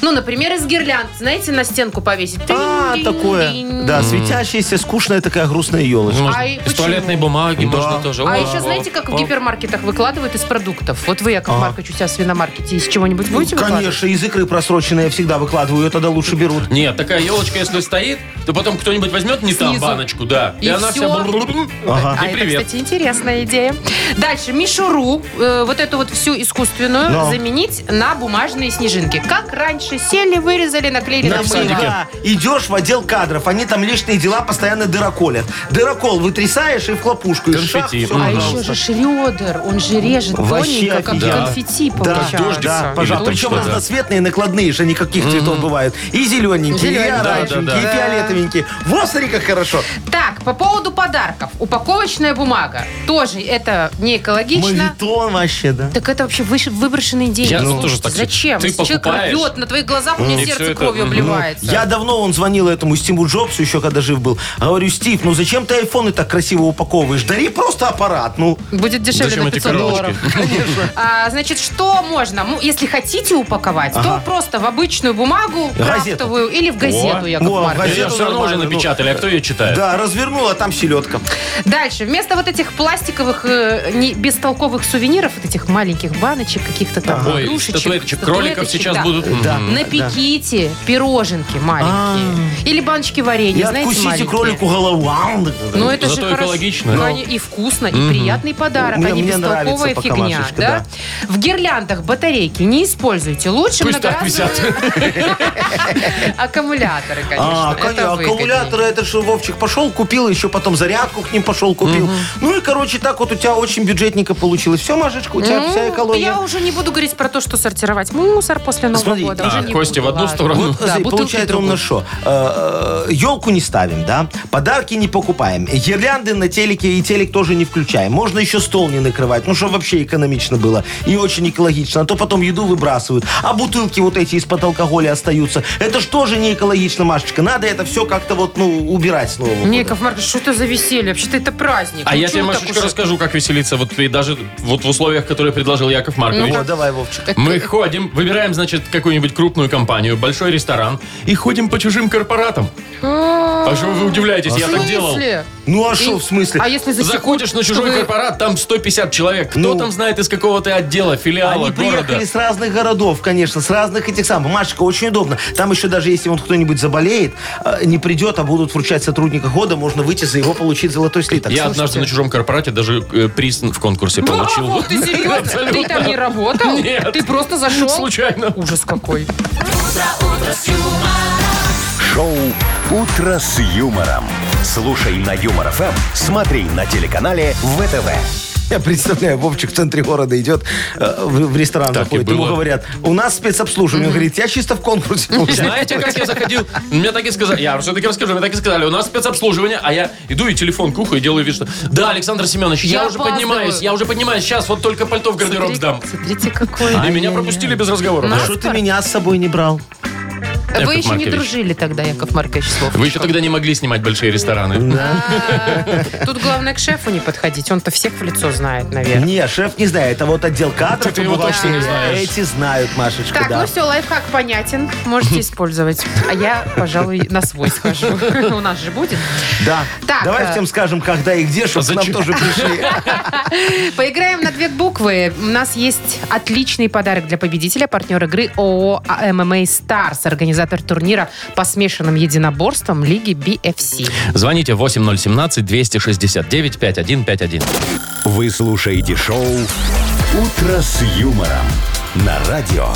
Speaker 3: Ну, например, из гирлянд знаете, на стенку повесить.
Speaker 4: А,
Speaker 3: Тынь-тынь-тынь.
Speaker 4: такое. Да, светящаяся, скучная такая грустная елочка.
Speaker 2: Можно
Speaker 3: А и
Speaker 2: Ну, из
Speaker 3: почему?
Speaker 2: туалетной бумаги
Speaker 4: Да.
Speaker 2: можно тоже.
Speaker 3: А
Speaker 2: О,
Speaker 3: еще
Speaker 2: о,
Speaker 3: знаете, как в
Speaker 2: о.
Speaker 3: гипермаркетах выкладывают из продуктов? Вот вы, Яков Маркович, у себя в свиномаркете из чего-нибудь Ну, будете
Speaker 2: Ну,
Speaker 3: выкладывать?
Speaker 4: Конечно, из икры просроченные я всегда выкладываю, ее тогда лучше берут.
Speaker 2: Нет, такая елочка, если стоит, то потом кто-нибудь возьмет не там
Speaker 3: Снизу.
Speaker 2: баночку, да. И,
Speaker 3: И
Speaker 2: она
Speaker 3: всё.
Speaker 2: вся... бру-бру-бру.
Speaker 3: А
Speaker 2: И
Speaker 3: это,
Speaker 2: привет.
Speaker 3: кстати, интересная идея. Дальше, мишуру, э, вот эту вот всю искусственную,
Speaker 4: Но.
Speaker 3: заменить на бумажные снежинки. Как раньше, сели, вырезали, наклеили на
Speaker 4: Там
Speaker 3: мыло.
Speaker 4: иногда А, Идешь в отдел кадров, они там лишние дела постоянно дыроколят. Дырокол вытрясаешь и в хлопушку. и
Speaker 2: Конфетти.
Speaker 4: шах, всё,
Speaker 2: А
Speaker 3: А
Speaker 4: пожалуйста.
Speaker 3: еще же шредер, он же режет
Speaker 4: Вообще
Speaker 3: тоненько, как
Speaker 4: офигенно.
Speaker 3: конфетти
Speaker 4: Да,
Speaker 3: получается.
Speaker 2: дождик.
Speaker 4: да,
Speaker 2: Или
Speaker 4: пожалуйста.
Speaker 2: там
Speaker 4: Причем
Speaker 2: что-то.
Speaker 4: разноцветные накладные же никаких цветов бывают. И зелененькие, и
Speaker 3: Зелененькие, да,
Speaker 4: оранжевенькие,
Speaker 2: да,
Speaker 4: и
Speaker 3: да.
Speaker 4: фиолетовенькие. Вот смотри, как хорошо.
Speaker 3: Так, по поводу подарков. Упаковочная бумага. Тоже это не экологично.
Speaker 4: Мавитон вообще, да.
Speaker 3: Так это вообще выш- выброшенные деньги.
Speaker 2: Я
Speaker 3: Слушайте,
Speaker 2: тоже так считаю.
Speaker 3: Зачем?
Speaker 2: Ты
Speaker 3: Если Человек
Speaker 2: покупаешь.
Speaker 3: рвет на твоих глазах, у меня
Speaker 2: И всё
Speaker 3: сердце
Speaker 2: это,
Speaker 3: кровью
Speaker 2: мгм.
Speaker 3: обливается.
Speaker 4: Ну, Я давно он звонил этому Стиву Джобсу, еще когда жив был. Говорю, Стив, ну зачем ты айфоны так красиво упаковываешь? Дари просто аппарат, ну.
Speaker 3: Будет дешевле
Speaker 2: Зачем
Speaker 3: на
Speaker 2: эти
Speaker 3: 500 долларов.
Speaker 2: коробочки?
Speaker 3: А, значит, что можно? Ну, если хотите упаковать, то просто в обычную бумагу,
Speaker 4: Газету.
Speaker 3: крафтовую, или в газету,
Speaker 2: Во.
Speaker 3: Яков
Speaker 4: Во,
Speaker 3: Маркович.
Speaker 4: газету.
Speaker 2: Ее все Э, равно уже
Speaker 4: нормально, ну.
Speaker 2: напечатали, а кто ее читает?
Speaker 4: Да, развернула, а там селедка.
Speaker 3: Дальше, вместо вот этих пластиковых, э, не- бестолковых сувениров, вот этих маленьких баночек, каких-то там
Speaker 2: Ой,
Speaker 3: игрушечек,
Speaker 2: статуэточек, кроликов
Speaker 3: статуэточек,
Speaker 2: сейчас
Speaker 3: да. Ну,
Speaker 2: будут. м,
Speaker 4: Да.
Speaker 3: Напеките пироженки
Speaker 2: А.
Speaker 3: маленькие. Или баночки
Speaker 4: И
Speaker 3: варенья, знаете,
Speaker 4: откусите
Speaker 3: маленькие.
Speaker 4: кролику голову. Ам, да, да.
Speaker 3: Ну, это
Speaker 2: Зато
Speaker 3: же хорошо.
Speaker 2: экологично.
Speaker 3: Ну, они и вкусно, и приятный подарок,
Speaker 4: Мне-
Speaker 3: а не
Speaker 4: мне
Speaker 3: бестолковая
Speaker 4: нравится пока
Speaker 3: фигня.
Speaker 4: Машечка,
Speaker 3: да? В гирляндах батарейки не используйте. Лучше
Speaker 2: Пусть так
Speaker 3: многоразовые
Speaker 2: висят.
Speaker 3: аккумуляторы, Ну, конечно.
Speaker 4: А,
Speaker 3: Это
Speaker 4: конечно,
Speaker 3: выгоднее.
Speaker 4: аккумуляторы, это же Вовчик пошел, купил, еще потом зарядку к ним пошел, купил. Ну и, короче, так вот у тебя очень бюджетненько получилось. Все, Машечка, у тебя
Speaker 3: Ну,
Speaker 4: вся экология.
Speaker 3: Я уже не буду говорить про то, что сортировать мусор после Нового
Speaker 4: Смотри,
Speaker 3: года.
Speaker 4: а,
Speaker 3: уже не
Speaker 2: Костя,
Speaker 3: буду,
Speaker 2: в одну
Speaker 3: ладно.
Speaker 2: сторону.
Speaker 4: Вот,
Speaker 3: Ну, да,
Speaker 4: смотри,
Speaker 3: бутылки
Speaker 4: получается у
Speaker 3: другую.
Speaker 4: нас что? э, Елку не ставим, да? Подарки не покупаем. Гирлянды на телеке и телек тоже не включаем. Можно еще стол не накрывать. Ну, чтобы вообще экономично было. И очень экологично. А то потом еду выбрасывают. А бутылки вот эти из-под алкоголя остаются. Это ж тоже не экологично, Машечка. Надо это все как-то вот, ну, убирать снова.
Speaker 3: Не, Яков Маркович, что это за веселье? Вообще-то это праздник.
Speaker 2: А
Speaker 3: Ну,
Speaker 2: я
Speaker 3: чего
Speaker 2: тебе,
Speaker 3: вы так
Speaker 2: Машечка,
Speaker 3: уж-
Speaker 2: расскажу, как веселиться. Вот и даже вот в условиях, которые предложил Яков
Speaker 3: ну
Speaker 2: Маркович.
Speaker 4: О, давай, Вовчик.
Speaker 2: Мы ходим, выбираем, значит, какую-нибудь крупную компанию, большой ресторан, и ходим по чужим корпоратам. А что вы удивляетесь, я
Speaker 3: В
Speaker 2: так делал.
Speaker 3: смысле?
Speaker 4: Ну, а
Speaker 3: И-
Speaker 4: что в смысле?
Speaker 3: А если засекут,
Speaker 2: Заходишь на
Speaker 3: что
Speaker 2: чужой
Speaker 3: вы-
Speaker 2: корпорат, там 150 человек. Кто
Speaker 4: Ну.
Speaker 2: там знает из какого ты отдела, филиала,
Speaker 4: Они
Speaker 2: города?
Speaker 4: приехали с разных городов, конечно, с разных этих самых. Машечка, очень удобно. Там еще даже если он кто-нибудь заболеет, э, не придет, а будут вручать сотрудника года, можно выйти за его получить золотой слиток.
Speaker 2: Я однажды на чужом корпорате даже э, приз в конкурсе
Speaker 3: Да,
Speaker 2: получил.
Speaker 3: Вов, ты серьезно? Ты там не работал?
Speaker 2: Нет.
Speaker 3: Ты просто зашел?
Speaker 2: Случайно.
Speaker 3: Ужас какой.
Speaker 1: Шоу «Утро с юмором». Слушай на Юмор ФМ, смотри на телеканале ВТВ.
Speaker 4: Я представляю, Вовчик в центре города идет э, в, в ресторан
Speaker 2: Так и
Speaker 4: заходит, ему
Speaker 2: было.
Speaker 4: говорят, у нас спецобслуживание. Он говорит, я чисто в конкурсе. получаю».
Speaker 2: Знаете, как я заходил? Мне так и сказали. Я все-таки расскажу. Мне так и сказали. У нас спецобслуживание, а я иду и телефон к уху и делаю вид, что... Да, Александр Семенович, я,
Speaker 3: Я
Speaker 2: уже
Speaker 3: опаздываю.
Speaker 2: поднимаюсь. Я уже поднимаюсь. Сейчас вот только пальто в гардероб сдам.
Speaker 3: Смотрите, какой.
Speaker 2: И меня пропустили без разговора.
Speaker 3: На-
Speaker 2: Да.
Speaker 4: Что ты меня с собой не брал?
Speaker 3: Вы еще не
Speaker 2: Маркович.
Speaker 3: дружили тогда, Яков Маркович, слов.
Speaker 2: Вы еще тогда не могли снимать большие рестораны.
Speaker 3: Тут главное к шефу не подходить. Он-то всех в лицо знает, наверное.
Speaker 4: Не, шеф не знает, а вот отдел кадров,
Speaker 2: Ты его точно не
Speaker 4: бухгалтерия,
Speaker 2: знаешь.
Speaker 4: эти знают, Машечка,
Speaker 3: Так,
Speaker 4: да.
Speaker 3: ну все, лайфхак понятен. Можете использовать. А я, пожалуй, на свой схожу. У нас же будет.
Speaker 4: Да.
Speaker 3: Так,
Speaker 4: Давай
Speaker 3: э,
Speaker 4: всем скажем, когда и где, чтобы к нам
Speaker 2: А Зачем?
Speaker 4: тоже пришли.
Speaker 3: Поиграем на две буквы. У нас есть отличный подарок для победителя, партнер игры ООО «А ММА Старс, организатор турнира по смешанным единоборствам Лиги BFC.
Speaker 2: Звоните 8017-269-5151.
Speaker 1: Вы слушаете шоу «Утро с юмором» на радио.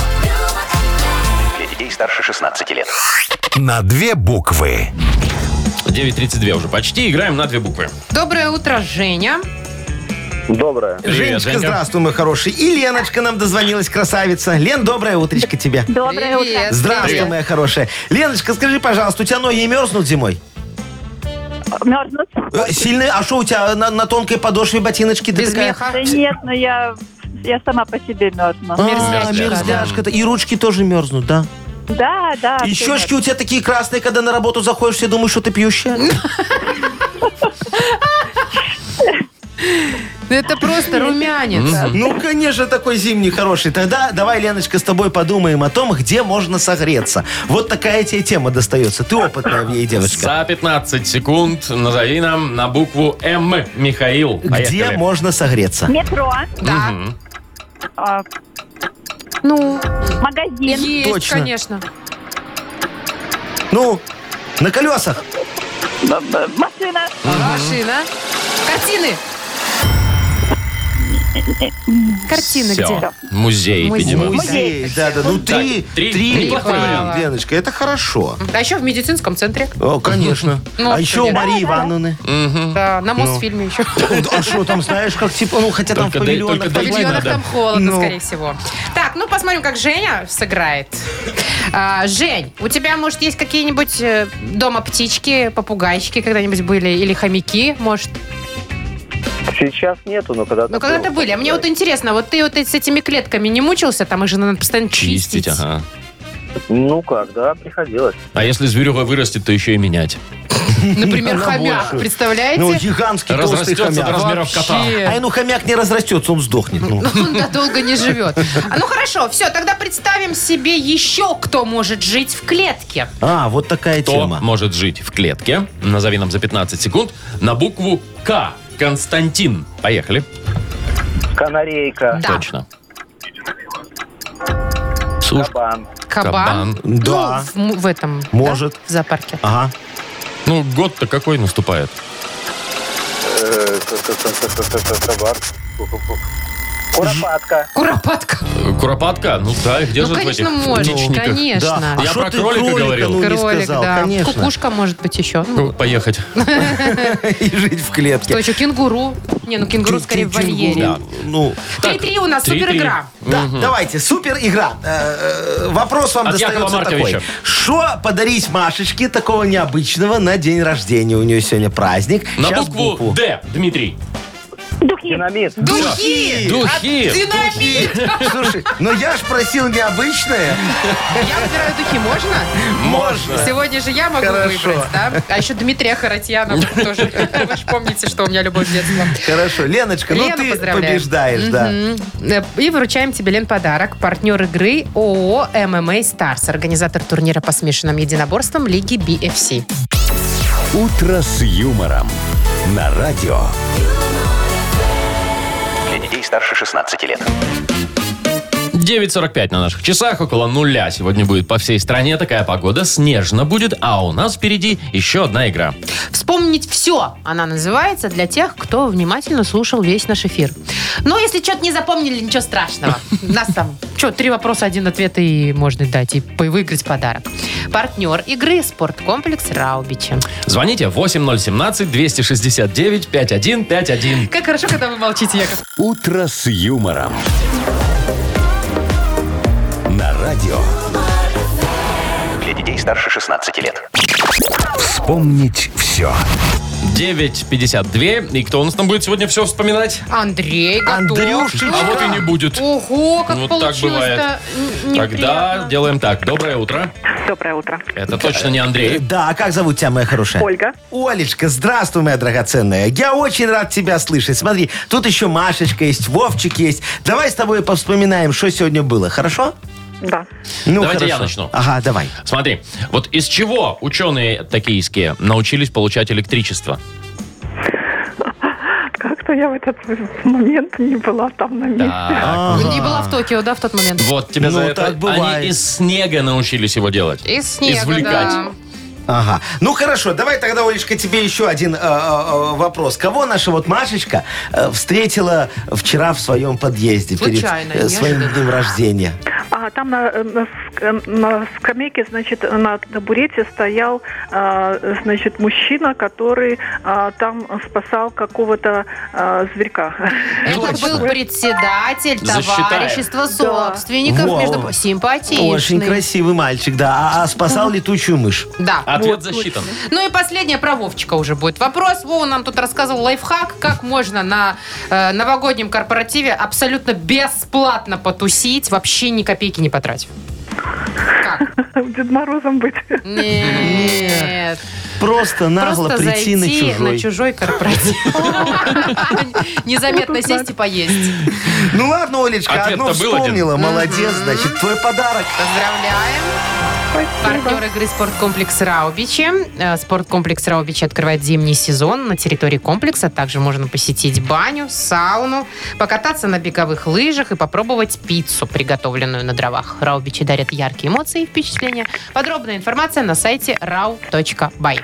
Speaker 6: Для детей старше 16 лет.
Speaker 1: На две буквы.
Speaker 2: 9.32 уже почти. Играем на две буквы.
Speaker 3: Доброе утро, Женя.
Speaker 5: Доброе.
Speaker 2: Привет,
Speaker 4: Женечка,
Speaker 2: Женька.
Speaker 4: здравствуй, мой хороший. И Леночка нам дозвонилась, красавица. Лен, доброе утречко тебе.
Speaker 7: Доброе утро.
Speaker 3: Привет.
Speaker 4: Здравствуй,
Speaker 3: Привет.
Speaker 4: моя хорошая. Леночка, скажи, пожалуйста, у тебя ноги не мерзнут зимой?
Speaker 7: Мерзнут?
Speaker 4: Э, Сильно? А что у тебя на, на тонкой подошве ботиночки? ты
Speaker 3: Без
Speaker 4: такая?
Speaker 3: меха.
Speaker 7: Да нет, но я, я сама по себе мерзну.
Speaker 4: А,
Speaker 2: Мерзляшка.
Speaker 4: мерзляшка. И ручки тоже мерзнут, да?
Speaker 7: Да, да.
Speaker 4: И
Speaker 7: всё
Speaker 4: щечки у тебя такие красные, когда на работу заходишь, все думают, что ты пьющая.
Speaker 3: Ну это просто румянец.
Speaker 4: Ну, конечно, такой зимний хороший. Тогда давай, Леночка, с тобой подумаем о том, где можно согреться. Вот такая тебе тема достается. Ты опытная в ней девочка.
Speaker 2: За 15 секунд назови нам на букву М. Михаил. А
Speaker 4: Где
Speaker 2: Поехали.
Speaker 4: можно согреться?
Speaker 7: Метро.
Speaker 3: Да.
Speaker 7: а,
Speaker 3: Ну,
Speaker 7: Магазин.
Speaker 3: есть,
Speaker 4: Точно.
Speaker 3: конечно.
Speaker 4: Ну, на колесах.
Speaker 7: б- б- Машина.
Speaker 3: Машина. Картины. Картины
Speaker 2: Всё.
Speaker 3: где?
Speaker 2: Музей,
Speaker 3: Музей.
Speaker 2: видимо.
Speaker 4: Музей. Да, да. Ну, три.
Speaker 2: Так, три.
Speaker 4: Три.
Speaker 2: Неплохой
Speaker 3: вариант.
Speaker 4: Леночка, это хорошо.
Speaker 3: А еще в медицинском центре.
Speaker 4: О, конечно.
Speaker 3: Ну,
Speaker 4: а еще у
Speaker 3: конечно.
Speaker 4: Марии Ивановны.
Speaker 3: Да, на Мосфильме еще.
Speaker 4: А что там, знаешь, как типа, ну, хотя там в
Speaker 2: Только дай-
Speaker 4: павильонах.
Speaker 2: только
Speaker 3: В
Speaker 2: дай
Speaker 4: павильон-
Speaker 3: павильонах
Speaker 2: надо.
Speaker 3: там холодно,
Speaker 4: Ну.
Speaker 3: скорее всего. Так, ну посмотрим, как Женя сыграет. А, Жень, у тебя, может, есть какие-нибудь э, дома птички, попугайчики когда-нибудь были? Или хомяки, может?
Speaker 10: Сейчас нету, но когда-то
Speaker 3: Ну, когда-то
Speaker 10: было.
Speaker 3: были. А мне вот интересно, вот ты вот с этими клетками не мучился? Там их же надо постоянно чистить.
Speaker 2: Чистить, ага.
Speaker 10: Ну как, да, приходилось.
Speaker 2: А если зверюга вырастет, то еще и менять.
Speaker 3: Например,
Speaker 4: Она
Speaker 3: хомяк,
Speaker 4: больше.
Speaker 3: представляете?
Speaker 4: Ну, гигантский толстый
Speaker 2: Разрастется до
Speaker 4: хомяк.
Speaker 2: размеров кота.
Speaker 3: Вообще.
Speaker 4: А ну хомяк не разрастется, он сдохнет. ну.
Speaker 3: Он да долго не живет. А, ну хорошо, все, тогда представим себе еще, кто может жить в клетке.
Speaker 4: А, вот такая
Speaker 2: Кто
Speaker 4: тема.
Speaker 2: может жить в клетке? Назови нам за 15 секунд на букву К. Константин. Поехали.
Speaker 10: Канарейка,
Speaker 3: Да,
Speaker 2: Точно. Слушай,
Speaker 10: кабан.
Speaker 3: кабан.
Speaker 2: кабан.
Speaker 4: Да.
Speaker 3: Ну, в, м- в этом. да,
Speaker 4: Может.
Speaker 3: в зоопарке.
Speaker 4: Ага.
Speaker 2: Ну, год-то какой наступает?
Speaker 10: э, т- т- т- т- т- т- т- кабан. Фу-фу-фу. Куропатка.
Speaker 3: Куропатка.
Speaker 2: Э, Куропатка? Ну да, их
Speaker 3: ну,
Speaker 2: держат в
Speaker 3: конечно,
Speaker 2: этих в
Speaker 3: может.
Speaker 2: птичниках.
Speaker 3: Конечно.
Speaker 4: Да. А
Speaker 2: Я
Speaker 4: шо
Speaker 2: про кролика говорил.
Speaker 4: ну, не
Speaker 3: Кролик,
Speaker 4: сказал?
Speaker 3: да.
Speaker 4: Конечно.
Speaker 3: Кукушка, может быть, еще. Ну,
Speaker 2: Ну, Поехать.
Speaker 4: И жить в клетке.
Speaker 3: Кто еще? Кенгуру. Не, ну кенгуру скорее в
Speaker 4: Тин-тин-тин-гуру.
Speaker 3: вольере.
Speaker 4: Ну,
Speaker 3: 3-3 у нас
Speaker 2: Три-три.
Speaker 3: супер игра.
Speaker 4: да, давайте, супер игра. Э, э, Вопрос вам
Speaker 2: От
Speaker 4: достается
Speaker 2: Якова
Speaker 4: такой.
Speaker 2: Марковича.
Speaker 4: Что подарить Машечке такого необычного на день рождения? У нее сегодня праздник.
Speaker 2: На
Speaker 4: Щас
Speaker 2: букву Д, Дмитрий.
Speaker 7: Духи.
Speaker 10: Динамит.
Speaker 3: Духи!
Speaker 2: Духи.
Speaker 3: Динамит!
Speaker 4: Слушай, но я ж просил необычное.
Speaker 3: Я выбираю духи, можно?
Speaker 4: Можно.
Speaker 3: Сегодня же я могу
Speaker 4: Хорошо.
Speaker 3: выбрать, да? А еще Дмитрия Харатьяна тоже. Вы же помните, что у меня любовь детства.
Speaker 4: Хорошо, Леночка, ну
Speaker 3: Лену
Speaker 4: ты
Speaker 3: поздравляем.
Speaker 4: побеждаешь, да.
Speaker 3: Мгм. Э, И вручаем тебе, Лен, подарок. Партнер игры ООО «ММА Старс», организатор турнира по смешанным единоборствам Лиги BFC.
Speaker 1: «Утро с юмором» на радио.
Speaker 6: Для детей старше 16 лет.
Speaker 2: 9.45 на наших часах, около нуля. Сегодня будет по всей стране такая погода, снежно будет, а у нас впереди еще одна игра.
Speaker 3: «Вспомнить все» она называется для тех, кто внимательно слушал весь наш эфир. Но если что-то не запомнили, ничего страшного. Нас там, что, три вопроса, один ответ, и можно дать, и по- выиграть подарок. Партнер игры «Спорткомплекс Раубичи».
Speaker 2: Звоните 8017-269-5151.
Speaker 3: Как хорошо, когда вы молчите, Яков.
Speaker 1: «Утро с юмором». На радио.
Speaker 6: Для детей старше 16 лет.
Speaker 1: Вспомнить все.
Speaker 2: 9.52. И кто у нас там будет сегодня все вспоминать?
Speaker 3: Андрей готов.
Speaker 4: Андрюшечка.
Speaker 2: А вот и не будет.
Speaker 3: Ого, Ну, как
Speaker 2: Ну, Вот так
Speaker 3: получилось-то
Speaker 2: бывает.
Speaker 3: н-
Speaker 2: Тогда
Speaker 3: неприятно.
Speaker 2: делаем так. Доброе утро.
Speaker 7: Доброе утро.
Speaker 2: Это точно не
Speaker 4: Э,
Speaker 2: Андрей.
Speaker 4: Да, а как зовут тебя, моя хорошая?
Speaker 7: Ольга.
Speaker 4: Олечка, здравствуй, моя драгоценная. Я очень рад тебя слышать. Смотри, тут еще Машечка есть, Вовчик есть. Давай с тобой повспоминаем, что сегодня было, хорошо?
Speaker 7: Да.
Speaker 4: Ну,
Speaker 2: Давайте я начну.
Speaker 4: Ага, давай.
Speaker 2: Смотри, вот из чего ученые токийские научились получать электричество?
Speaker 7: Как-то я в этот момент не была там на месте.
Speaker 2: Так.
Speaker 3: Не была в Токио, да, в тот момент?
Speaker 2: Вот тебе
Speaker 4: Ну,
Speaker 2: за это.
Speaker 4: так бывает.
Speaker 2: Они из снега научились его делать.
Speaker 3: Из снега,
Speaker 2: Извлекать.
Speaker 3: да.
Speaker 4: Ага. Ну, хорошо, давай тогда, Олечка, тебе еще один э, э, вопрос. Кого наша вот Машечка э, встретила вчера в своем подъезде
Speaker 3: Случайно,
Speaker 4: перед э, своим
Speaker 3: неожиданно.
Speaker 4: днем рождения?
Speaker 7: А там на, на ск- э, на скамейке, значит, на табурете стоял, э, значит, мужчина, который э, там спасал какого-то э, зверька.
Speaker 3: Это был председатель
Speaker 2: Засчитаем.
Speaker 3: товарищества собственников,
Speaker 4: Во.
Speaker 3: между прочим, симпатичный.
Speaker 4: Очень красивый мальчик, да. А, а спасал летучую мышь.
Speaker 3: Да.
Speaker 2: Ответ засчитан.
Speaker 3: Ну и последнее про Вовчика уже будет вопрос. Вова нам тут рассказывал лайфхак, как можно на э, новогоднем корпоративе абсолютно бесплатно потусить, вообще ни копейки не потратив. Как?
Speaker 7: Дед Морозом быть.
Speaker 3: Нет.
Speaker 4: Просто нагло
Speaker 3: Просто
Speaker 4: прийти на
Speaker 3: зайти
Speaker 4: чужой.
Speaker 3: на чужой корпоратив. Незаметно сесть и поесть.
Speaker 4: Ну ладно, Олечка,
Speaker 2: Ответ-то
Speaker 4: одно
Speaker 2: был
Speaker 4: вспомнила. Молодец, значит, твой подарок.
Speaker 3: Поздравляем. Партнер игры «Спорткомплекс Раубичи». Э, Спорткомплекс Раубичи открывает зимний сезон. На территории комплекса также можно посетить баню, сауну, покататься на беговых лыжах и попробовать пиццу, приготовленную на дровах. Раубичи дарят яркие эмоции и впечатления. Подробная информация на сайте rau.by.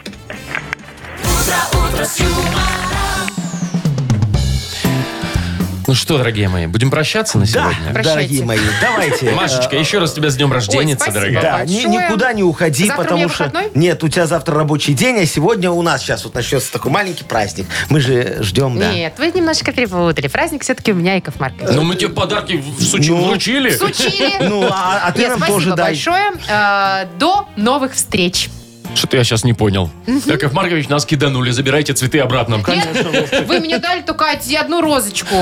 Speaker 2: Ну что, дорогие мои, будем прощаться на
Speaker 4: Да,
Speaker 2: сегодня?
Speaker 3: Прощайте.
Speaker 4: дорогие мои, давайте.
Speaker 2: Машечка, еще раз тебя с днем рождения,
Speaker 3: спасибо.
Speaker 2: дорогая.
Speaker 4: Да, ни-
Speaker 3: большое.
Speaker 4: никуда не уходи,
Speaker 3: Завтра у
Speaker 4: потому
Speaker 3: меня
Speaker 4: что...
Speaker 3: выходной?
Speaker 4: Нет, у тебя завтра рабочий день, а сегодня у нас сейчас вот начнется такой маленький праздник. Мы же ждем, да.
Speaker 3: Нет, вы немножечко перепутали. Праздник все-таки у меня, Яков Маркович.
Speaker 2: Ну мы тебе подарки в Сочи
Speaker 4: Ну.
Speaker 2: вручили.
Speaker 3: Сучили!
Speaker 4: Ну, а, а ты
Speaker 3: Нет,
Speaker 4: нам
Speaker 3: спасибо
Speaker 4: тоже дай.
Speaker 3: большое. Э, До новых встреч.
Speaker 2: Что-то я сейчас не понял. Яков Маркович, нас киданули, забирайте цветы обратно.
Speaker 3: Нет, вы мне дали только оди- одну розочку.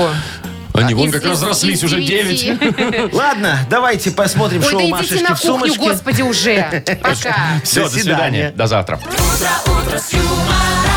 Speaker 2: Они вон
Speaker 3: Из-
Speaker 2: как
Speaker 3: из-
Speaker 2: разрослись
Speaker 3: из
Speaker 2: уже
Speaker 3: девяти.
Speaker 2: 9.
Speaker 4: Ладно, давайте посмотрим
Speaker 3: Ой,
Speaker 4: шоу
Speaker 3: да идите
Speaker 4: Машечки
Speaker 3: на
Speaker 4: в
Speaker 3: кухню,
Speaker 4: сумочке.
Speaker 3: господи, уже. Пока.
Speaker 2: Все, до
Speaker 4: свидания.
Speaker 2: свидания. До завтра.
Speaker 9: Утро с юмором.